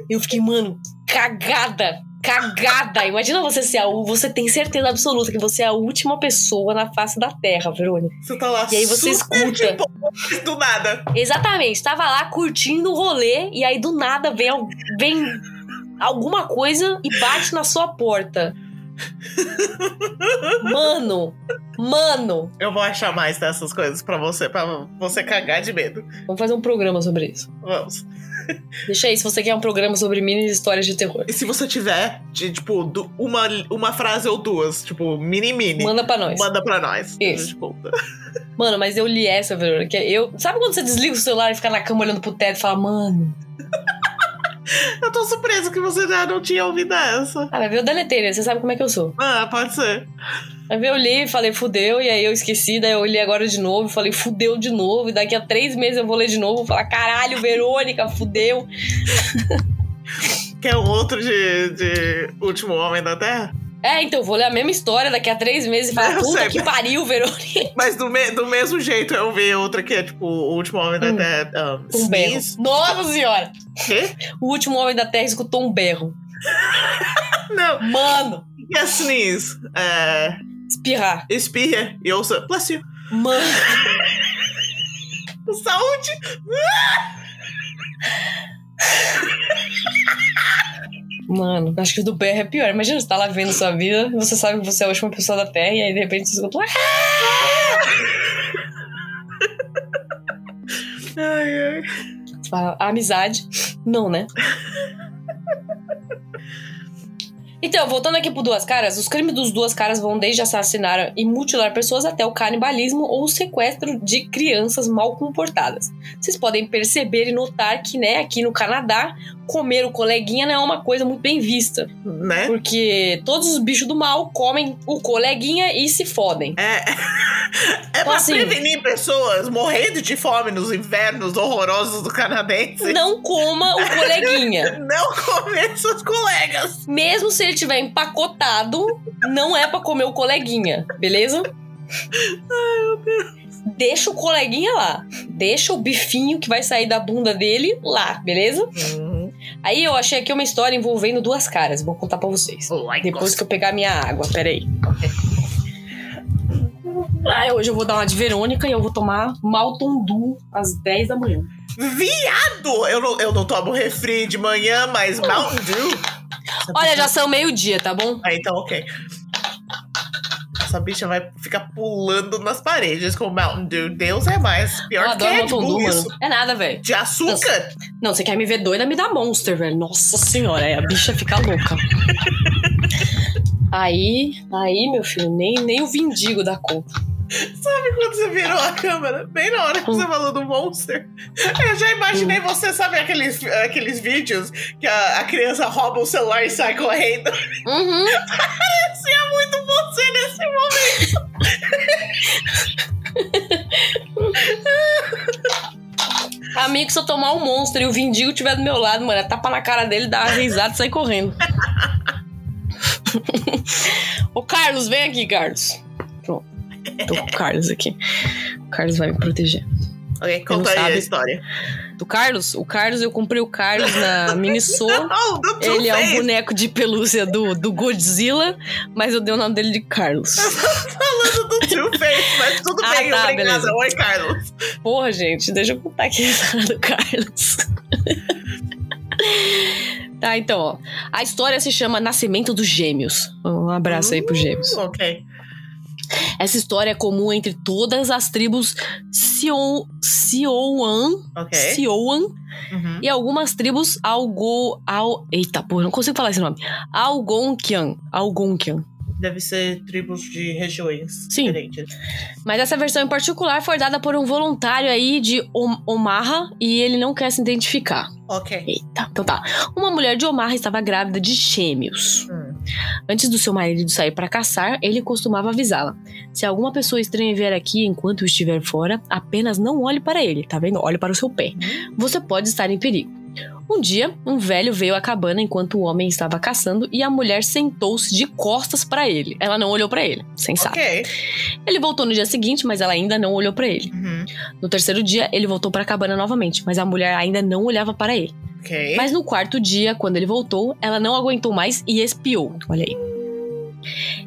S2: Eu fiquei, mano, cagada. Cagada! Imagina você ser a. u- Você tem certeza absoluta que você é a última pessoa na face da Terra, Verônica.
S1: Você tá lá
S2: E aí você
S1: super
S2: escuta.
S1: de boa, do nada.
S2: Exatamente, tava lá curtindo o rolê e aí do nada vem, al- vem alguma coisa e bate na sua porta. Mano, mano,
S1: Eu vou achar mais dessas coisas pra você, pra você cagar de medo.
S2: vamos fazer um programa sobre isso.
S1: Vamos.
S2: Deixa aí, se você quer um programa sobre mini histórias de terror.
S1: E se você tiver, de, tipo, du- uma, uma frase ou duas, tipo, mini mini,
S2: Manda pra nós.
S1: manda pra nós. Tipo, A
S2: Isso.
S1: gente conta.
S2: Mano, mas eu li essa, Verônica. Eu... Sabe quando você desliga o celular e fica na cama olhando pro teto e fala, mano.
S1: Eu tô surpresa que você já não tinha ouvido essa.
S2: Ah, vai ver, eu deletei, né? Você sabe como é que eu sou.
S1: Ah, pode ser.
S2: Aí eu li e falei, fudeu, e aí eu esqueci, daí eu li agora de novo, falei, fudeu de novo, e daqui a três meses eu vou ler de novo, vou falar, caralho, Verônica, fudeu.
S1: Quer um outro de, de Último Homem da Terra?
S2: É, então eu vou ler a mesma história daqui a três meses e falar,
S1: Eu
S2: puta
S1: sei,
S2: que
S1: mas-
S2: pariu, Verônica.
S1: Mas do, me- do mesmo jeito eu vi outra que é, tipo, o Último Homem da
S2: Hum.
S1: Terra. Um,
S2: Um berro.
S1: Sneeze.
S2: Nossa senhora!
S1: Quê?
S2: O último homem da Terra escutou um berro.
S1: Não,
S2: Mano,
S1: que é Sneeze. É,
S2: espirrar.
S1: espirra e ouça. Placio.
S2: Mano,
S1: Saúde!
S2: mano, acho que o do berro é pior. Imagina, você tá lá vivendo sua vida, você sabe que você é a última pessoa da Terra, e aí de repente você escuta. "Ah!"
S1: Ai, ai.
S2: Você fala, tipo, "A amizade. Não, né? Então, voltando aqui pro Duas Caras, os crimes dos Duas Caras vão desde assassinar e mutilar pessoas até o canibalismo ou o sequestro de crianças mal comportadas. Vocês podem perceber e notar que, né, aqui no Canadá, comer o coleguinha não é uma coisa muito bem vista.
S1: Né?
S2: Porque todos os bichos do mal comem o coleguinha e se fodem.
S1: É, é pra
S2: assim-
S1: prevenir pessoas morrendo de fome nos invernos horrorosos do canadense.
S2: Não coma o coleguinha.
S1: Não comer seus colegas.
S2: Mesmo se ele tiver empacotado, não é pra comer o coleguinha, beleza? Ai, meu Deus. Deixa o coleguinha lá. Deixa o bifinho que vai sair da bunda dele lá, beleza? Aí eu achei aqui uma história envolvendo duas caras. Vou contar pra vocês. Depois que eu pegar minha água, peraí. Ah, hoje eu vou dar uma de Verônica e eu vou tomar Maltondu às 10 da manhã.
S1: Viado! Eu não, eu não tomo refri de manhã, mas Mountain Dew. Tá
S2: Olha, já são meio-dia, tá bom?
S1: Ah, então, ok. Essa bicha vai ficar pulando nas paredes com Mountain Dew. Deus é mais. Pior
S2: Eu
S1: que
S2: adoro
S1: Red
S2: Maltondu,
S1: Bull
S2: mano.
S1: isso.
S2: É nada, velho.
S1: De açúcar?
S2: Não, você quer me ver doida, me dá monster, velho. Nossa senhora, aí a bicha fica louca. Aí, aí, meu filho, nem, nem o vindigo da conta.
S1: Sabe quando você virou a câmera? Bem na hora que
S2: Hum.
S1: você falou do Monster. Eu já imaginei você, sabe aqueles, aqueles vídeos que a, a criança rouba o celular e sai correndo?
S2: Uhum.
S1: Parecia muito você né? nesse momento.
S2: Amigo, se eu tomar um monstro e o Vindigo estiver do meu lado, mano, é tapa na cara dele, dá uma risada e sai correndo. Ô, Carlos, vem aqui, Carlos. Pronto. Tô com o Carlos aqui. O Carlos vai me proteger.
S1: Ok,
S2: não
S1: conta aí
S2: sabe.
S1: a história.
S2: Do Carlos? O Carlos, eu comprei o Carlos na Minnesota.
S1: Oh, do Two
S2: Ele é um
S1: Face.
S2: boneco de pelúcia do, do Godzilla, mas eu dei o nome dele de Carlos.
S1: falando do Two Face, mas tudo
S2: Ah,
S1: bem,
S2: tá,
S1: obrigada.
S2: beleza.
S1: Oi, Carlos.
S2: Porra, gente, deixa eu contar aqui a história do Carlos. tá, então, ó. A história se chama Nascimento dos Gêmeos. Um abraço aí pros Gêmeos.
S1: Ok.
S2: Essa história é comum entre todas as tribos Sion, Sioan,
S1: Ok.
S2: Sioan
S1: Uhum.
S2: e algumas tribos Algo. Al, eita, porra, não consigo falar esse nome. Algonquian. Algonquian.
S1: Deve ser tribos de regiões
S2: Sim.
S1: diferentes.
S2: Mas essa versão em particular foi dada por um voluntário aí de Om- Omaha e ele não quer se identificar.
S1: Ok.
S2: Eita, então tá. Uma mulher de Omaha estava grávida de gêmeos.
S1: Hum.
S2: Antes do seu marido sair para caçar, ele costumava avisá-la: se alguma pessoa estranha vier aqui enquanto eu estiver fora, apenas não olhe para ele, tá vendo? Olhe para o seu pé. Você pode estar em perigo. Um dia, um velho veio à cabana enquanto o homem estava caçando e a mulher sentou-se de costas para ele. Ela não olhou para ele, sensata.
S1: Ok.
S2: Ele voltou no dia seguinte, mas ela ainda não olhou para ele.
S1: Uhum.
S2: No terceiro dia, ele voltou para a cabana novamente, mas a mulher ainda não olhava para ele.
S1: Ok.
S2: Mas no quarto dia, quando ele voltou, ela não aguentou mais e espiou. Olha aí.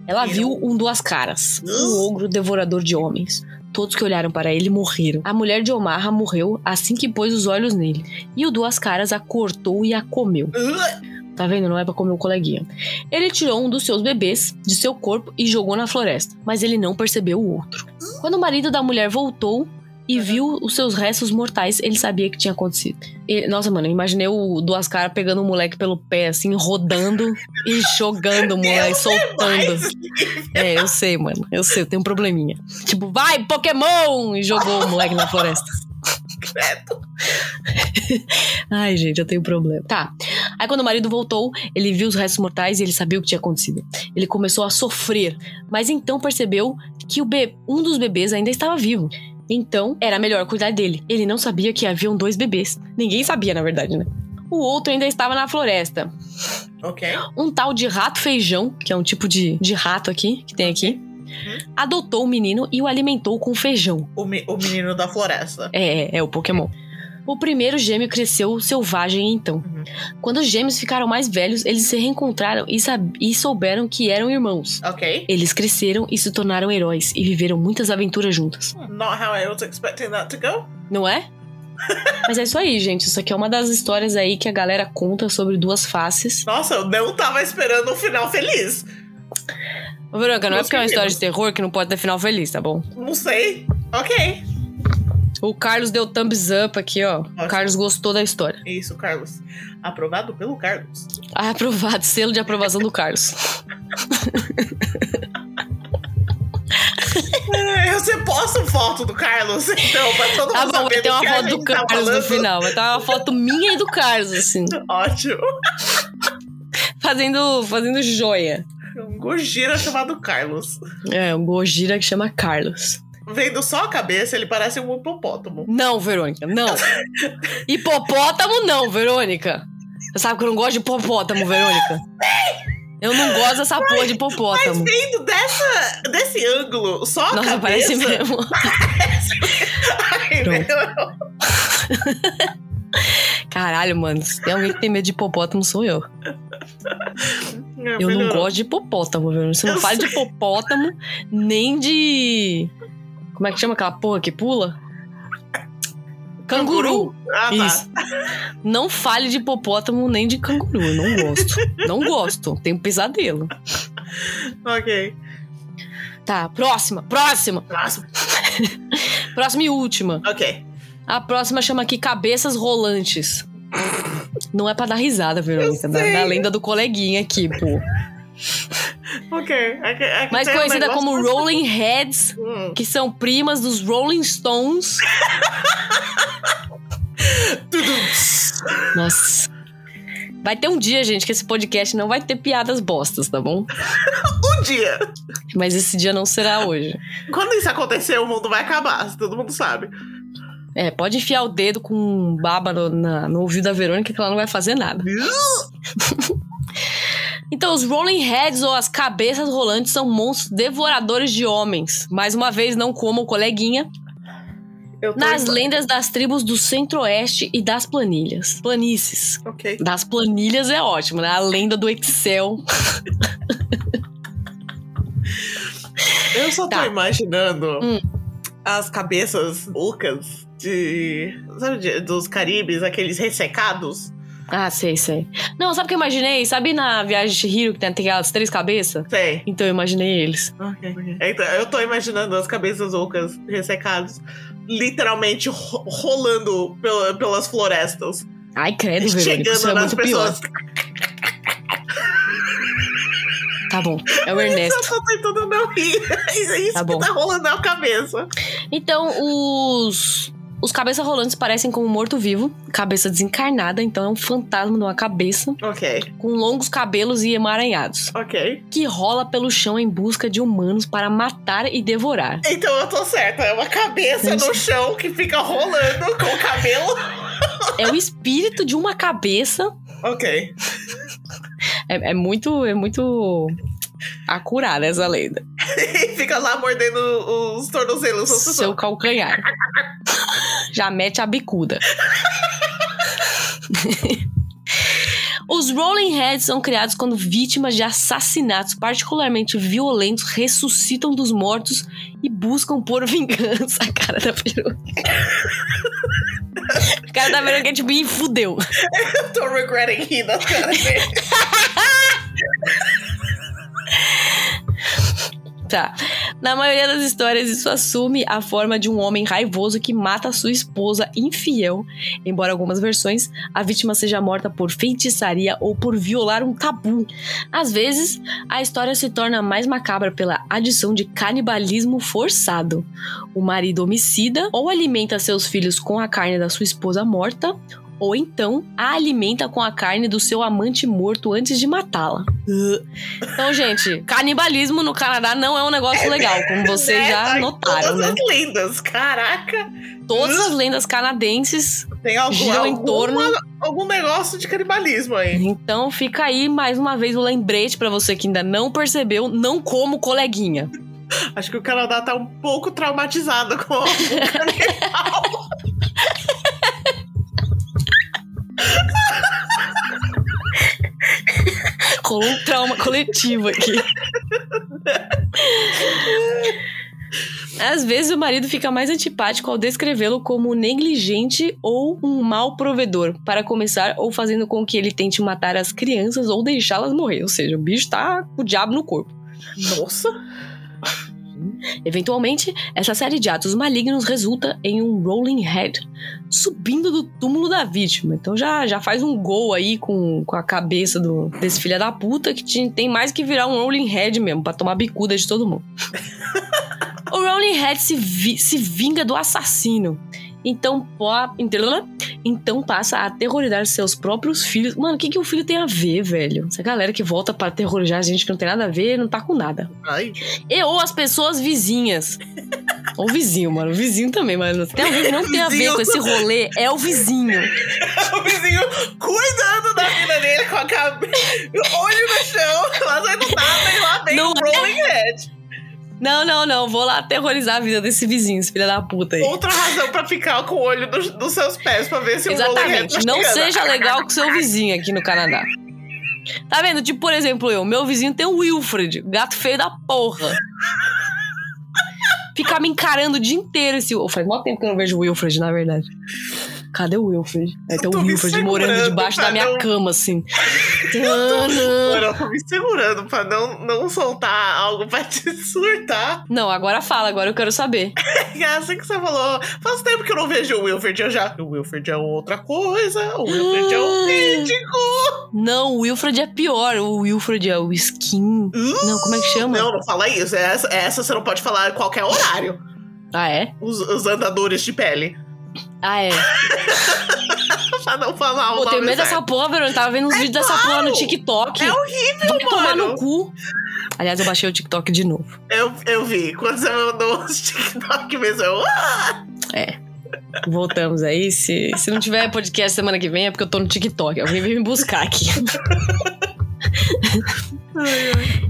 S2: Ela
S1: Eu.
S2: viu um duas caras, um
S1: Ugh.
S2: ogro devorador de homens. Todos que olharam para ele morreram. A mulher de Omarra morreu assim que pôs os olhos nele. E o duas caras a cortou e a comeu.
S1: Uh,
S2: Tá vendo? Não é pra comer o coleguinha. Ele tirou um dos seus bebês de seu corpo e jogou na floresta, mas ele não percebeu o outro. Quando o marido da mulher voltou, e viu os seus restos mortais, ele sabia que tinha acontecido. E, nossa, mano, eu imaginei o Duas Caras pegando o moleque pelo pé, assim, rodando e jogando o moleque, soltando. É, eu sei, mano. Eu sei, eu tenho um probleminha. Tipo, vai, Pokémon! E jogou o moleque na floresta. Ai, gente, eu tenho problema. Tá. Aí quando o marido voltou, ele viu os restos mortais e ele sabia o que tinha acontecido. Ele começou a sofrer, mas então percebeu que o be um dos bebês ainda estava vivo. Então, era melhor cuidar dele. Ele não sabia que haviam dois bebês. Ninguém sabia, na verdade, né? O outro ainda estava na floresta.
S1: Ok.
S2: Um tal de rato feijão, que é um tipo de, de rato aqui, que tem aqui, adotou o menino e o alimentou com feijão.
S1: O, me- o menino da floresta.
S2: É, é o Pokémon. O primeiro gêmeo cresceu selvagem então.
S1: Uhum.
S2: Quando os gêmeos ficaram mais velhos, eles se reencontraram e, sab- e souberam que eram irmãos.
S1: Ok.
S2: Eles cresceram e se tornaram heróis e viveram muitas aventuras juntas.
S1: Not how I was expecting that to go.
S2: Não é? Mas é isso aí, gente. Isso aqui é uma das histórias aí que a galera conta sobre duas faces.
S1: Nossa, eu não tava esperando um final feliz.
S2: Ô, Verônica, não é
S1: Meus
S2: porque é uma história de
S1: queridos.
S2: terror que não pode ter final feliz, tá bom?
S1: Não sei. Ok.
S2: O Carlos deu thumbs up aqui, ó.
S1: Nossa.
S2: O Carlos gostou da história.
S1: É Isso, Carlos. Aprovado pelo Carlos.
S2: Ah, aprovado. Selo de aprovação do Carlos.
S1: É, Você posta foto do Carlos, então, pra todo
S2: Tá
S1: mundo
S2: bom,
S1: saber
S2: vai ter uma
S1: que a
S2: foto do
S1: gente tá
S2: Carlos no
S1: falando.
S2: final. Vai ter uma foto minha e do Carlos, assim.
S1: Ótimo.
S2: Fazendo, fazendo joia.
S1: Um Gojira chamado Carlos.
S2: É, um Gojira que chama Carlos.
S1: Vendo só a cabeça, ele parece um hipopótamo.
S2: Não, Verônica, não. Hipopótamo, não, Verônica. Você sabe que eu não gosto de hipopótamo, Verônica. Eu não gosto dessa porra de hipopótamo.
S1: Vendo dessa, desse ângulo, só a
S2: Nossa,
S1: cabeça.
S2: parece mesmo.
S1: Ai,
S2: Pronto.
S1: meu.
S2: Caralho, mano. Se tem alguém que tem medo de hipopótamo, sou eu. Eu não
S1: Melhorou.
S2: gosto de hipopótamo, velho. Você não
S1: Eu
S2: fala de
S1: sei.
S2: hipopótamo, nem de. Como é que chama aquela porra que pula? Canguru!
S1: Ah, tá.
S2: Isso. Não fale de hipopótamo nem de canguru. Eu Não gosto. não gosto. Tenho pesadelo.
S1: Ok.
S2: Tá, próxima, próxima,
S1: Próximo.
S2: próxima e última.
S1: Ok.
S2: A próxima chama aqui Cabeças Rolantes. Não é pra dar risada, Verônica.
S1: Eu
S2: Da,
S1: sei.
S2: da lenda do coleguinha aqui, pô.
S1: Ok. Aqui- aqui
S2: Mais
S1: tem um
S2: conhecida
S1: negócio-
S2: como Rolling Heads.
S1: Hum.
S2: que são primas dos Rolling Stones. Nossa. Vai ter um dia, gente, que esse podcast não vai ter piadas bostas, tá bom?
S1: Um dia.
S2: Mas esse dia não será hoje.
S1: Quando isso acontecer, o mundo vai acabar, todo mundo sabe.
S2: É, pode enfiar o dedo com um baba no, na- no ouvido da Verônica que ela não vai fazer nada. Então, os Rolling Heads ou as cabeças rolantes são monstros devoradores de homens. Mais uma vez, não como o coleguinha,
S1: Eu tô
S2: Nas
S1: em-
S2: lendas das tribos do Centro-Oeste e das planilhas. Planícies.
S1: Ok.
S2: Das planilhas é ótimo, né? A lenda do Excel.
S1: Eu só tô
S2: Tá.
S1: imaginando
S2: Hum.
S1: as cabeças loucas de. Sabe, de- dos Caribes, aqueles ressecados?
S2: Ah, sei, sei. Não, sabe o que eu imaginei? Sabe na viagem de Shihiro que tem tem aquelas três cabeças?
S1: Sei.
S2: Então eu imaginei eles.
S1: Ok. Então, eu tô imaginando as cabeças ocas ressecadas, literalmente ro- rolando pela- pelas florestas,
S2: Ai, credo, Verônica. Isso
S1: chegando
S2: é
S1: nas
S2: muito
S1: pessoas.
S2: pior. Tá bom. É o Ernesto.
S1: Eu tô tentando não rir. É isso
S2: Tá
S1: que
S2: bom.
S1: tá rolando na cabeça.
S2: Então, os. Os cabeças rolantes parecem como um morto-vivo, cabeça desencarnada, então é um fantasma numa cabeça,
S1: Ok,
S2: com longos cabelos e emaranhados.
S1: ok.
S2: que rola pelo chão em busca de humanos para matar e devorar.
S1: Então eu tô certa. É uma cabeça
S2: Gente.
S1: no chão que fica rolando com o cabelo.
S2: É o espírito de uma cabeça.
S1: Ok.
S2: É, é muito, é muito acurada essa lenda.
S1: E fica lá mordendo os tornozelos das pessoas.
S2: Seu calcanhar. Já mete a bicuda. Os Rolling Heads são criados quando vítimas de assassinatos particularmente violentos ressuscitam dos mortos e buscam por vingança. A cara da peruca. A cara da peruca é tipo, ih, fudeu.
S1: Eu tô regretting né? rir das caras dele.
S2: Tá. Na maioria das histórias, isso assume a forma de um homem raivoso que mata sua esposa infiel. Embora algumas versões, a vítima seja morta por feitiçaria ou por violar um tabu. Às vezes, a história se torna mais macabra pela adição de canibalismo forçado. O marido homicida ou alimenta seus filhos com a carne da sua esposa morta, ou então a alimenta com a carne do seu amante morto antes de matá-la. Então, gente, canibalismo no Canadá não é um negócio legal, como vocês
S1: Né?
S2: já
S1: Ai,
S2: notaram,
S1: Todas
S2: né?
S1: as lendas, caraca.
S2: Todas as lendas canadenses.
S1: Tem algum,
S2: Giram em
S1: alguma-
S2: torno.
S1: algum negócio de canibalismo aí.
S2: Então, fica aí mais uma vez o lembrete pra você que ainda não percebeu, não como coleguinha.
S1: Acho que o Canadá tá um pouco traumatizado com o canibal.
S2: Rolou um trauma coletivo aqui. Às vezes o marido fica mais antipático ao descrevê-lo como negligente ou um mau provedor, para começar, ou fazendo com que ele tente matar as crianças ou deixá-las morrer. Ou seja, o bicho tá com o diabo no corpo.
S1: Nossa.
S2: Eventualmente, essa série de atos malignos resulta em um Rolling Head subindo do túmulo da vítima. Então já, já faz um gol aí com, com a cabeça do, desse filho da puta que tinha- tem mais que virar um Rolling Head mesmo, pra tomar bicuda de todo mundo. o Rolling Head se, vi- se vinga do assassino. Então, pô, entendeu? então passa a aterrorizar seus próprios filhos. Mano, o que, que o filho tem a ver, velho? Essa galera que volta pra aterrorizar a gente que não tem nada a ver, não tá com nada.
S1: Ai,
S2: E ou as pessoas vizinhas. Ou vizinho, mano. Vizinho também, mano. Se Tem alguém que não tem a ver
S1: Vizinho.
S2: com esse rolê, é o vizinho.
S1: o vizinho cuidando da vida dele com a cabeça, o olho no chão, mas aí não nada e lá vem
S2: Não é
S1: o Rolling Head.
S2: Não, não, não. Vou lá aterrorizar a vida desse vizinho, esse filho da puta aí.
S1: Outra razão pra ficar com o olho dos, dos seus pés, pra ver se o Rolling Head tá
S2: Exatamente. Não
S1: chegando.
S2: seja legal com seu vizinho aqui no Canadá. Tá vendo? Tipo, por exemplo, eu. Meu vizinho tem o Wilfred, gato feio da porra. Ficar me encarando o dia inteiro esse. Faz mó tempo que eu não vejo o Wilfred, na verdade. Cadê o Wilfred? É, tem
S1: tô
S2: o
S1: me
S2: Wilfred morando
S1: segurando
S2: debaixo da
S1: pra
S2: minha
S1: não-
S2: cama, assim.
S1: Mano, eu tô me segurando pra não, não soltar algo pra te surtar.
S2: Não, agora fala, agora eu quero saber.
S1: E é assim que você falou, faz tempo que eu não vejo o Wilfred, eu já... O Wilfred é outra coisa, o Wilfred é um mendigo.
S2: Não, o Wilfred é pior. O Wilfred é o skin. Não, como é que chama?
S1: Uh, Não, não fala isso, essa, essa você não pode falar em qualquer horário.
S2: Ah, é?
S1: Os, os andadores de pele.
S2: Ah, é.
S1: Pra não falar o
S2: Pô, tenho
S1: nome
S2: medo
S1: certo.
S2: dessa porra, Verônica. Tava vendo uns vídeos dessa porra no
S1: É claro.
S2: TikTok.
S1: É horrível,
S2: Vai tomar
S1: mano.
S2: no cu. Aliás, eu baixei o TikTok de novo.
S1: Eu, eu vi. Quando você mandou os TikTok mesmo, eu.
S2: Voltamos aí. Se, se não tiver podcast semana que vem, é porque eu tô no TikTok. Alguém veio me buscar aqui.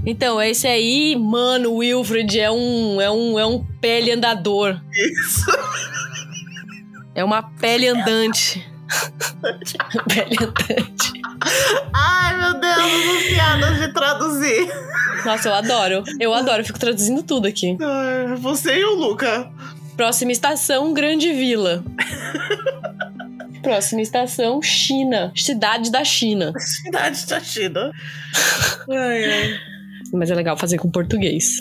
S2: Então, é esse aí. Mano, o Wilfred é um, é um, é um pele andador.
S1: Isso.
S2: É uma pele andante. pele andante.
S1: Ai, meu Deus, essas piadas de traduzir.
S2: Nossa, eu adoro. Eu adoro, eu fico traduzindo tudo aqui.
S1: Ai, Você e o Luca.
S2: Próxima estação, Grande Vila. Próxima estação, China. Cidade da China.
S1: Cidade da China. Ai, ai.
S2: Mas é legal fazer com português.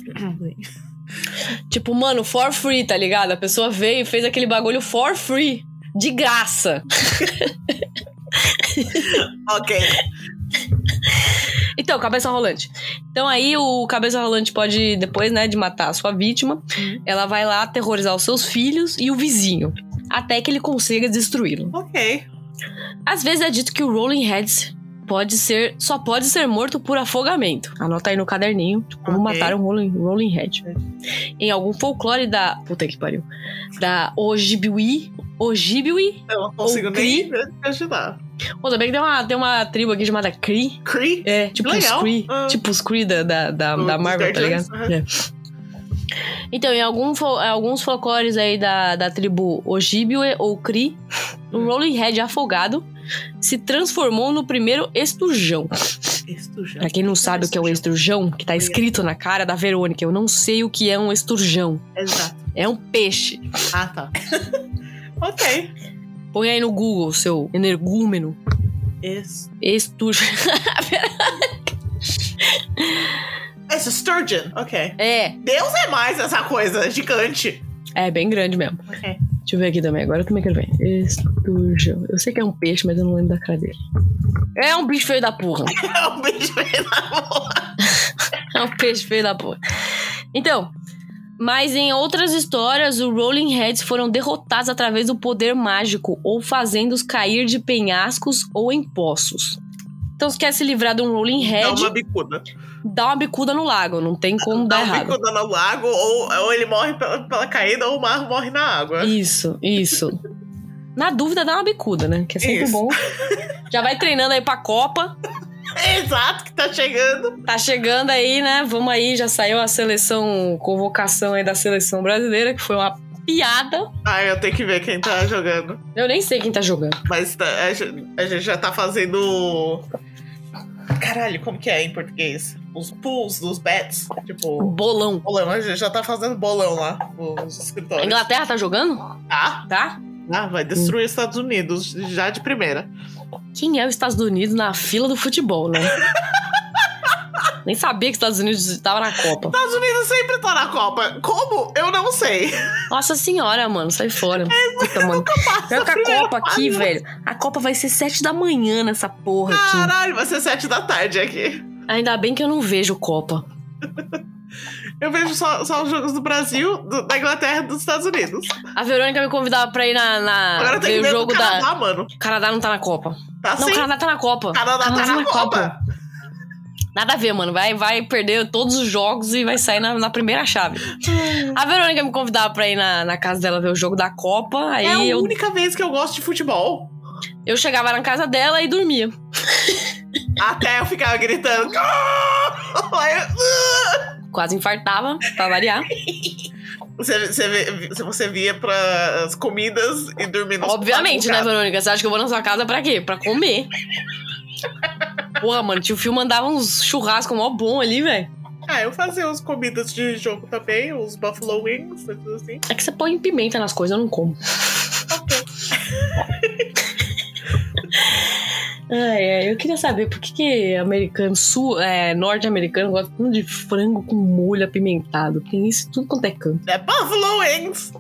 S2: Tipo, mano, for free, tá ligado? A pessoa veio e fez aquele bagulho for free. De graça.
S1: ok.
S2: Então, cabeça rolante. Então aí o cabeça rolante pode, depois, né, de matar a sua vítima,
S1: Uhum.
S2: ela vai lá aterrorizar os seus filhos e o vizinho. Até que ele consiga destruí-lo.
S1: Ok.
S2: Às vezes é dito que o Rolling Heads pode ser, só pode ser morto por afogamento. Anota aí no caderninho como
S1: Ok.
S2: matar um Rolling, rolling Head. Em algum folclore da. Puta que pariu. Da Ojibwe. Ojibwe?
S1: Eu não consigo
S2: Ou
S1: nem te ajudar.
S2: Pô, também que tem uma, tem uma tribo aqui chamada Cree.
S1: Cree?
S2: É, tipo
S1: Legal.
S2: os Cree.
S1: Ah.
S2: Tipo os Cree da, da, da,
S1: Do-
S2: da
S1: dos
S2: Marvel, tá ligado?
S1: Guardiões, aham.
S2: É. Então, em algum fo- alguns folclores aí da, da tribo Ojibwe ou Cree, o
S1: Hum.
S2: Rolling Head afogado se transformou no primeiro esturjão.
S1: Isso já.
S2: Pra quem não sabe o que é um esturjão, que tá escrito na cara da Verônica, eu não sei o que é um esturjão.
S1: Exato.
S2: É um peixe.
S1: Ah, tá. ok.
S2: Põe aí no Google, seu energúmeno.
S1: Isso.
S2: Esturjão.
S1: Esse sturgeon, ok.
S2: É,
S1: Deus é mais essa coisa gigante.
S2: é bem grande mesmo.
S1: Ok.
S2: Deixa eu ver aqui também, agora eu também quero ver. Esturgeon. Eu sei que é um peixe, mas eu não lembro da cara dele. É um bicho feio da porra.
S1: É um bicho feio da porra.
S2: É um peixe feio da porra. Então, mas em outras histórias, os Rolling Heads foram derrotados através do poder mágico, ou fazendo-os cair de penhascos ou em poços. Então, se quer se livrar de um Rolling
S1: Dá
S2: Head,
S1: É uma bicuda.
S2: dá uma bicuda no lago, não tem como
S1: Dá
S2: dar
S1: uma
S2: errado.
S1: bicuda no lago, ou, ou ele morre pela, pela caída, ou o mar morre na água.
S2: Isso, isso. Na dúvida, dá uma bicuda, né? Que é sempre
S1: Isso.
S2: bom. Já vai treinando aí pra Copa.
S1: Exato, que tá chegando.
S2: Tá chegando aí, né? Vamos aí, já saiu a seleção, convocação aí da seleção brasileira, que foi uma piada.
S1: Ai, eu tenho que ver quem tá jogando.
S2: Eu nem sei quem tá jogando.
S1: Mas tá- a, gen- a gente já tá fazendo. Caralho, como que é em português? Os pools dos bets. Tipo,
S2: Bolão.
S1: bolão. A gente já tá fazendo bolão lá nos
S2: A
S1: escritórios.
S2: Inglaterra tá jogando?
S1: Tá?
S2: Tá?
S1: Ah, vai destruir os Estados Unidos já de primeira.
S2: Quem é os Estados Unidos na fila do futebol, né? nem sabia que os Estados Unidos tava na Copa.
S1: Estados Unidos sempre tá na Copa. Como? Eu não sei.
S2: Nossa senhora, mano, sai fora.
S1: É,
S2: Puta, mano. Pior que a Copa aqui, velho. A Copa vai ser sete da manhã nessa porra aqui.
S1: Caralho, vai ser sete da tarde aqui.
S2: Ainda bem que eu não vejo Copa.
S1: Eu vejo só, só os jogos do Brasil, do- da Inglaterra e dos Estados Unidos.
S2: A Verônica me convidava pra ir na. na-
S1: Agora tem que
S2: ver
S1: ver
S2: Ah, o
S1: do
S2: jogo
S1: Canadá,
S2: da.
S1: mano.
S2: Canadá não tá na Copa.
S1: Tá
S2: Não,
S1: sim.
S2: Canadá tá na Copa.
S1: Canadá tá na Copa.
S2: Nada a ver, mano. Vai, vai perder todos os jogos e vai sair na, na primeira chave. A Verônica me convidava pra ir na, na casa dela ver o jogo da Copa. Aí
S1: É a
S2: eu,
S1: única vez que eu gosto de futebol.
S2: eu chegava na casa dela e dormia.
S1: Até eu ficava gritando. "Gol!" Aí eu-
S2: Quase infartava, pra variar.
S1: Você, você, vê- você via pras comidas e dormia no
S2: Obviamente, né,
S1: sofá do
S2: Verônica? Você acha que eu vou na sua casa pra quê? Pra comer. Porra, mano, tio Fio mandava uns churrascos mó bom ali, velho.
S1: carro. Ah, eu fazia as comidas de jogo também, os Buffalo Wings, coisas assim.
S2: É que você põe pimenta nas coisas, eu não como.
S1: Ok.
S2: Ai, ai, eu queria saber por que, que americano, sul, é, norte-americano gosta tanto de frango com molho apimentado. Tem isso em tudo quanto é canto.
S1: É Buffalo Wings!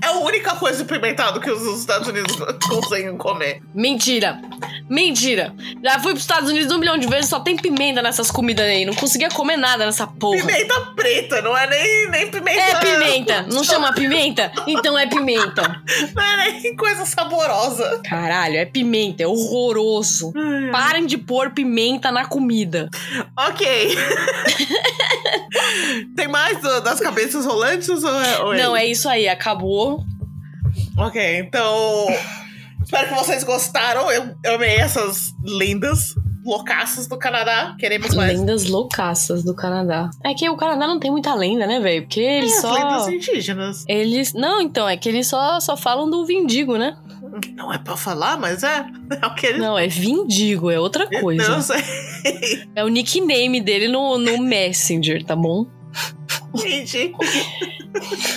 S1: É a única coisa pimentado que os Estados Unidos conseguem comer.
S2: Mentira! Mentira! Já fui pros Estados Unidos um milhão de vezes, só tem pimenta nessas comidas aí. Não conseguia comer nada nessa porra.
S1: Pimenta preta, não é nem, nem pimenta.
S2: É pimenta! Não chama pimenta? Então é pimenta.
S1: Não é nem coisa saborosa.
S2: Caralho, é pimenta, é horroroso. Parem de pôr pimenta na comida.
S1: Ok. Tem mais do- das cabeças rolantes ou é, ou
S2: Não,
S1: ele?
S2: é isso aí, acabou.
S1: Ok, então. Espero que vocês gostaram. Eu, eu amei essas lindas loucaças do Canadá. Queremos mais.
S2: Lendas loucaças do Canadá. É que o Canadá não tem muita lenda, né, velho? Porque
S1: É,
S2: eles
S1: as
S2: só.
S1: lendas indígenas.
S2: Eles. Não, então, é que eles só, só falam do vindigo, né?
S1: Não é pra falar, mas é. É o que eles.
S2: Não, é vindigo, é outra
S1: Não
S2: coisa.
S1: sei.
S2: É o nickname dele no, no Messenger, tá bom?
S1: Entendi.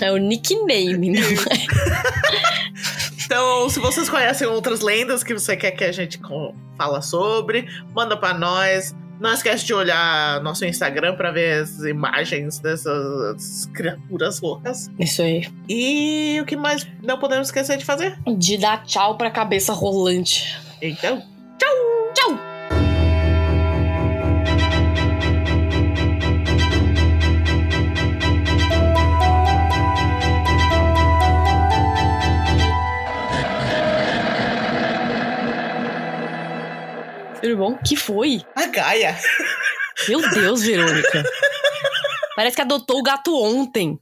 S2: É o nickname. né?
S1: Então, se vocês conhecem outras lendas que você quer que a gente co- fala sobre, manda pra nós. Não esquece de olhar nosso Instagram pra ver as imagens dessas criaturas loucas.
S2: Isso aí.
S1: E o que mais não podemos esquecer de fazer?
S2: De dar tchau pra cabeça rolante.
S1: Então,
S2: Tchau! Tudo bom? Que foi?
S1: a Gaia.
S2: Meu Deus, Verônica. Parece que adotou o gato ontem.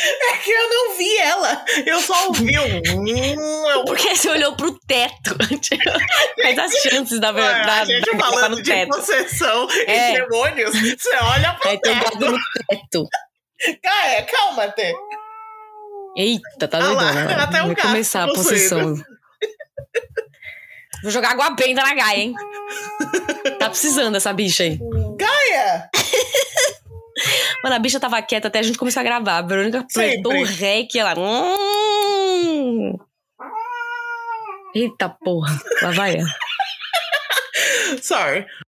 S1: É que eu não vi ela. Eu só ouvi um. Hum, eu-
S2: Porque você olhou pro teto. Mas as chances da
S1: Ah, a
S2: verdade Tá
S1: gente falando
S2: no
S1: de
S2: teto.
S1: possessão
S2: É.
S1: e demônios. Você olha pro
S2: Aí tem um
S1: teto.
S2: gato no teto.
S1: Gaia, calma, Tê.
S2: Eita, tá
S1: Ah lá,
S2: doidona. né?
S1: até o
S2: Vai
S1: gato né?
S2: começar a
S1: possuído.
S2: possessão. Vou jogar água benta na gaia, hein? Tá precisando dessa bicha aí.
S1: Gaia!
S2: Mano, a bicha tava quieta até a gente começar a gravar. A Verônica
S1: Sempre.
S2: apertou o rec e ela. Hum. Eita porra, lá vai ela.
S1: Sorry.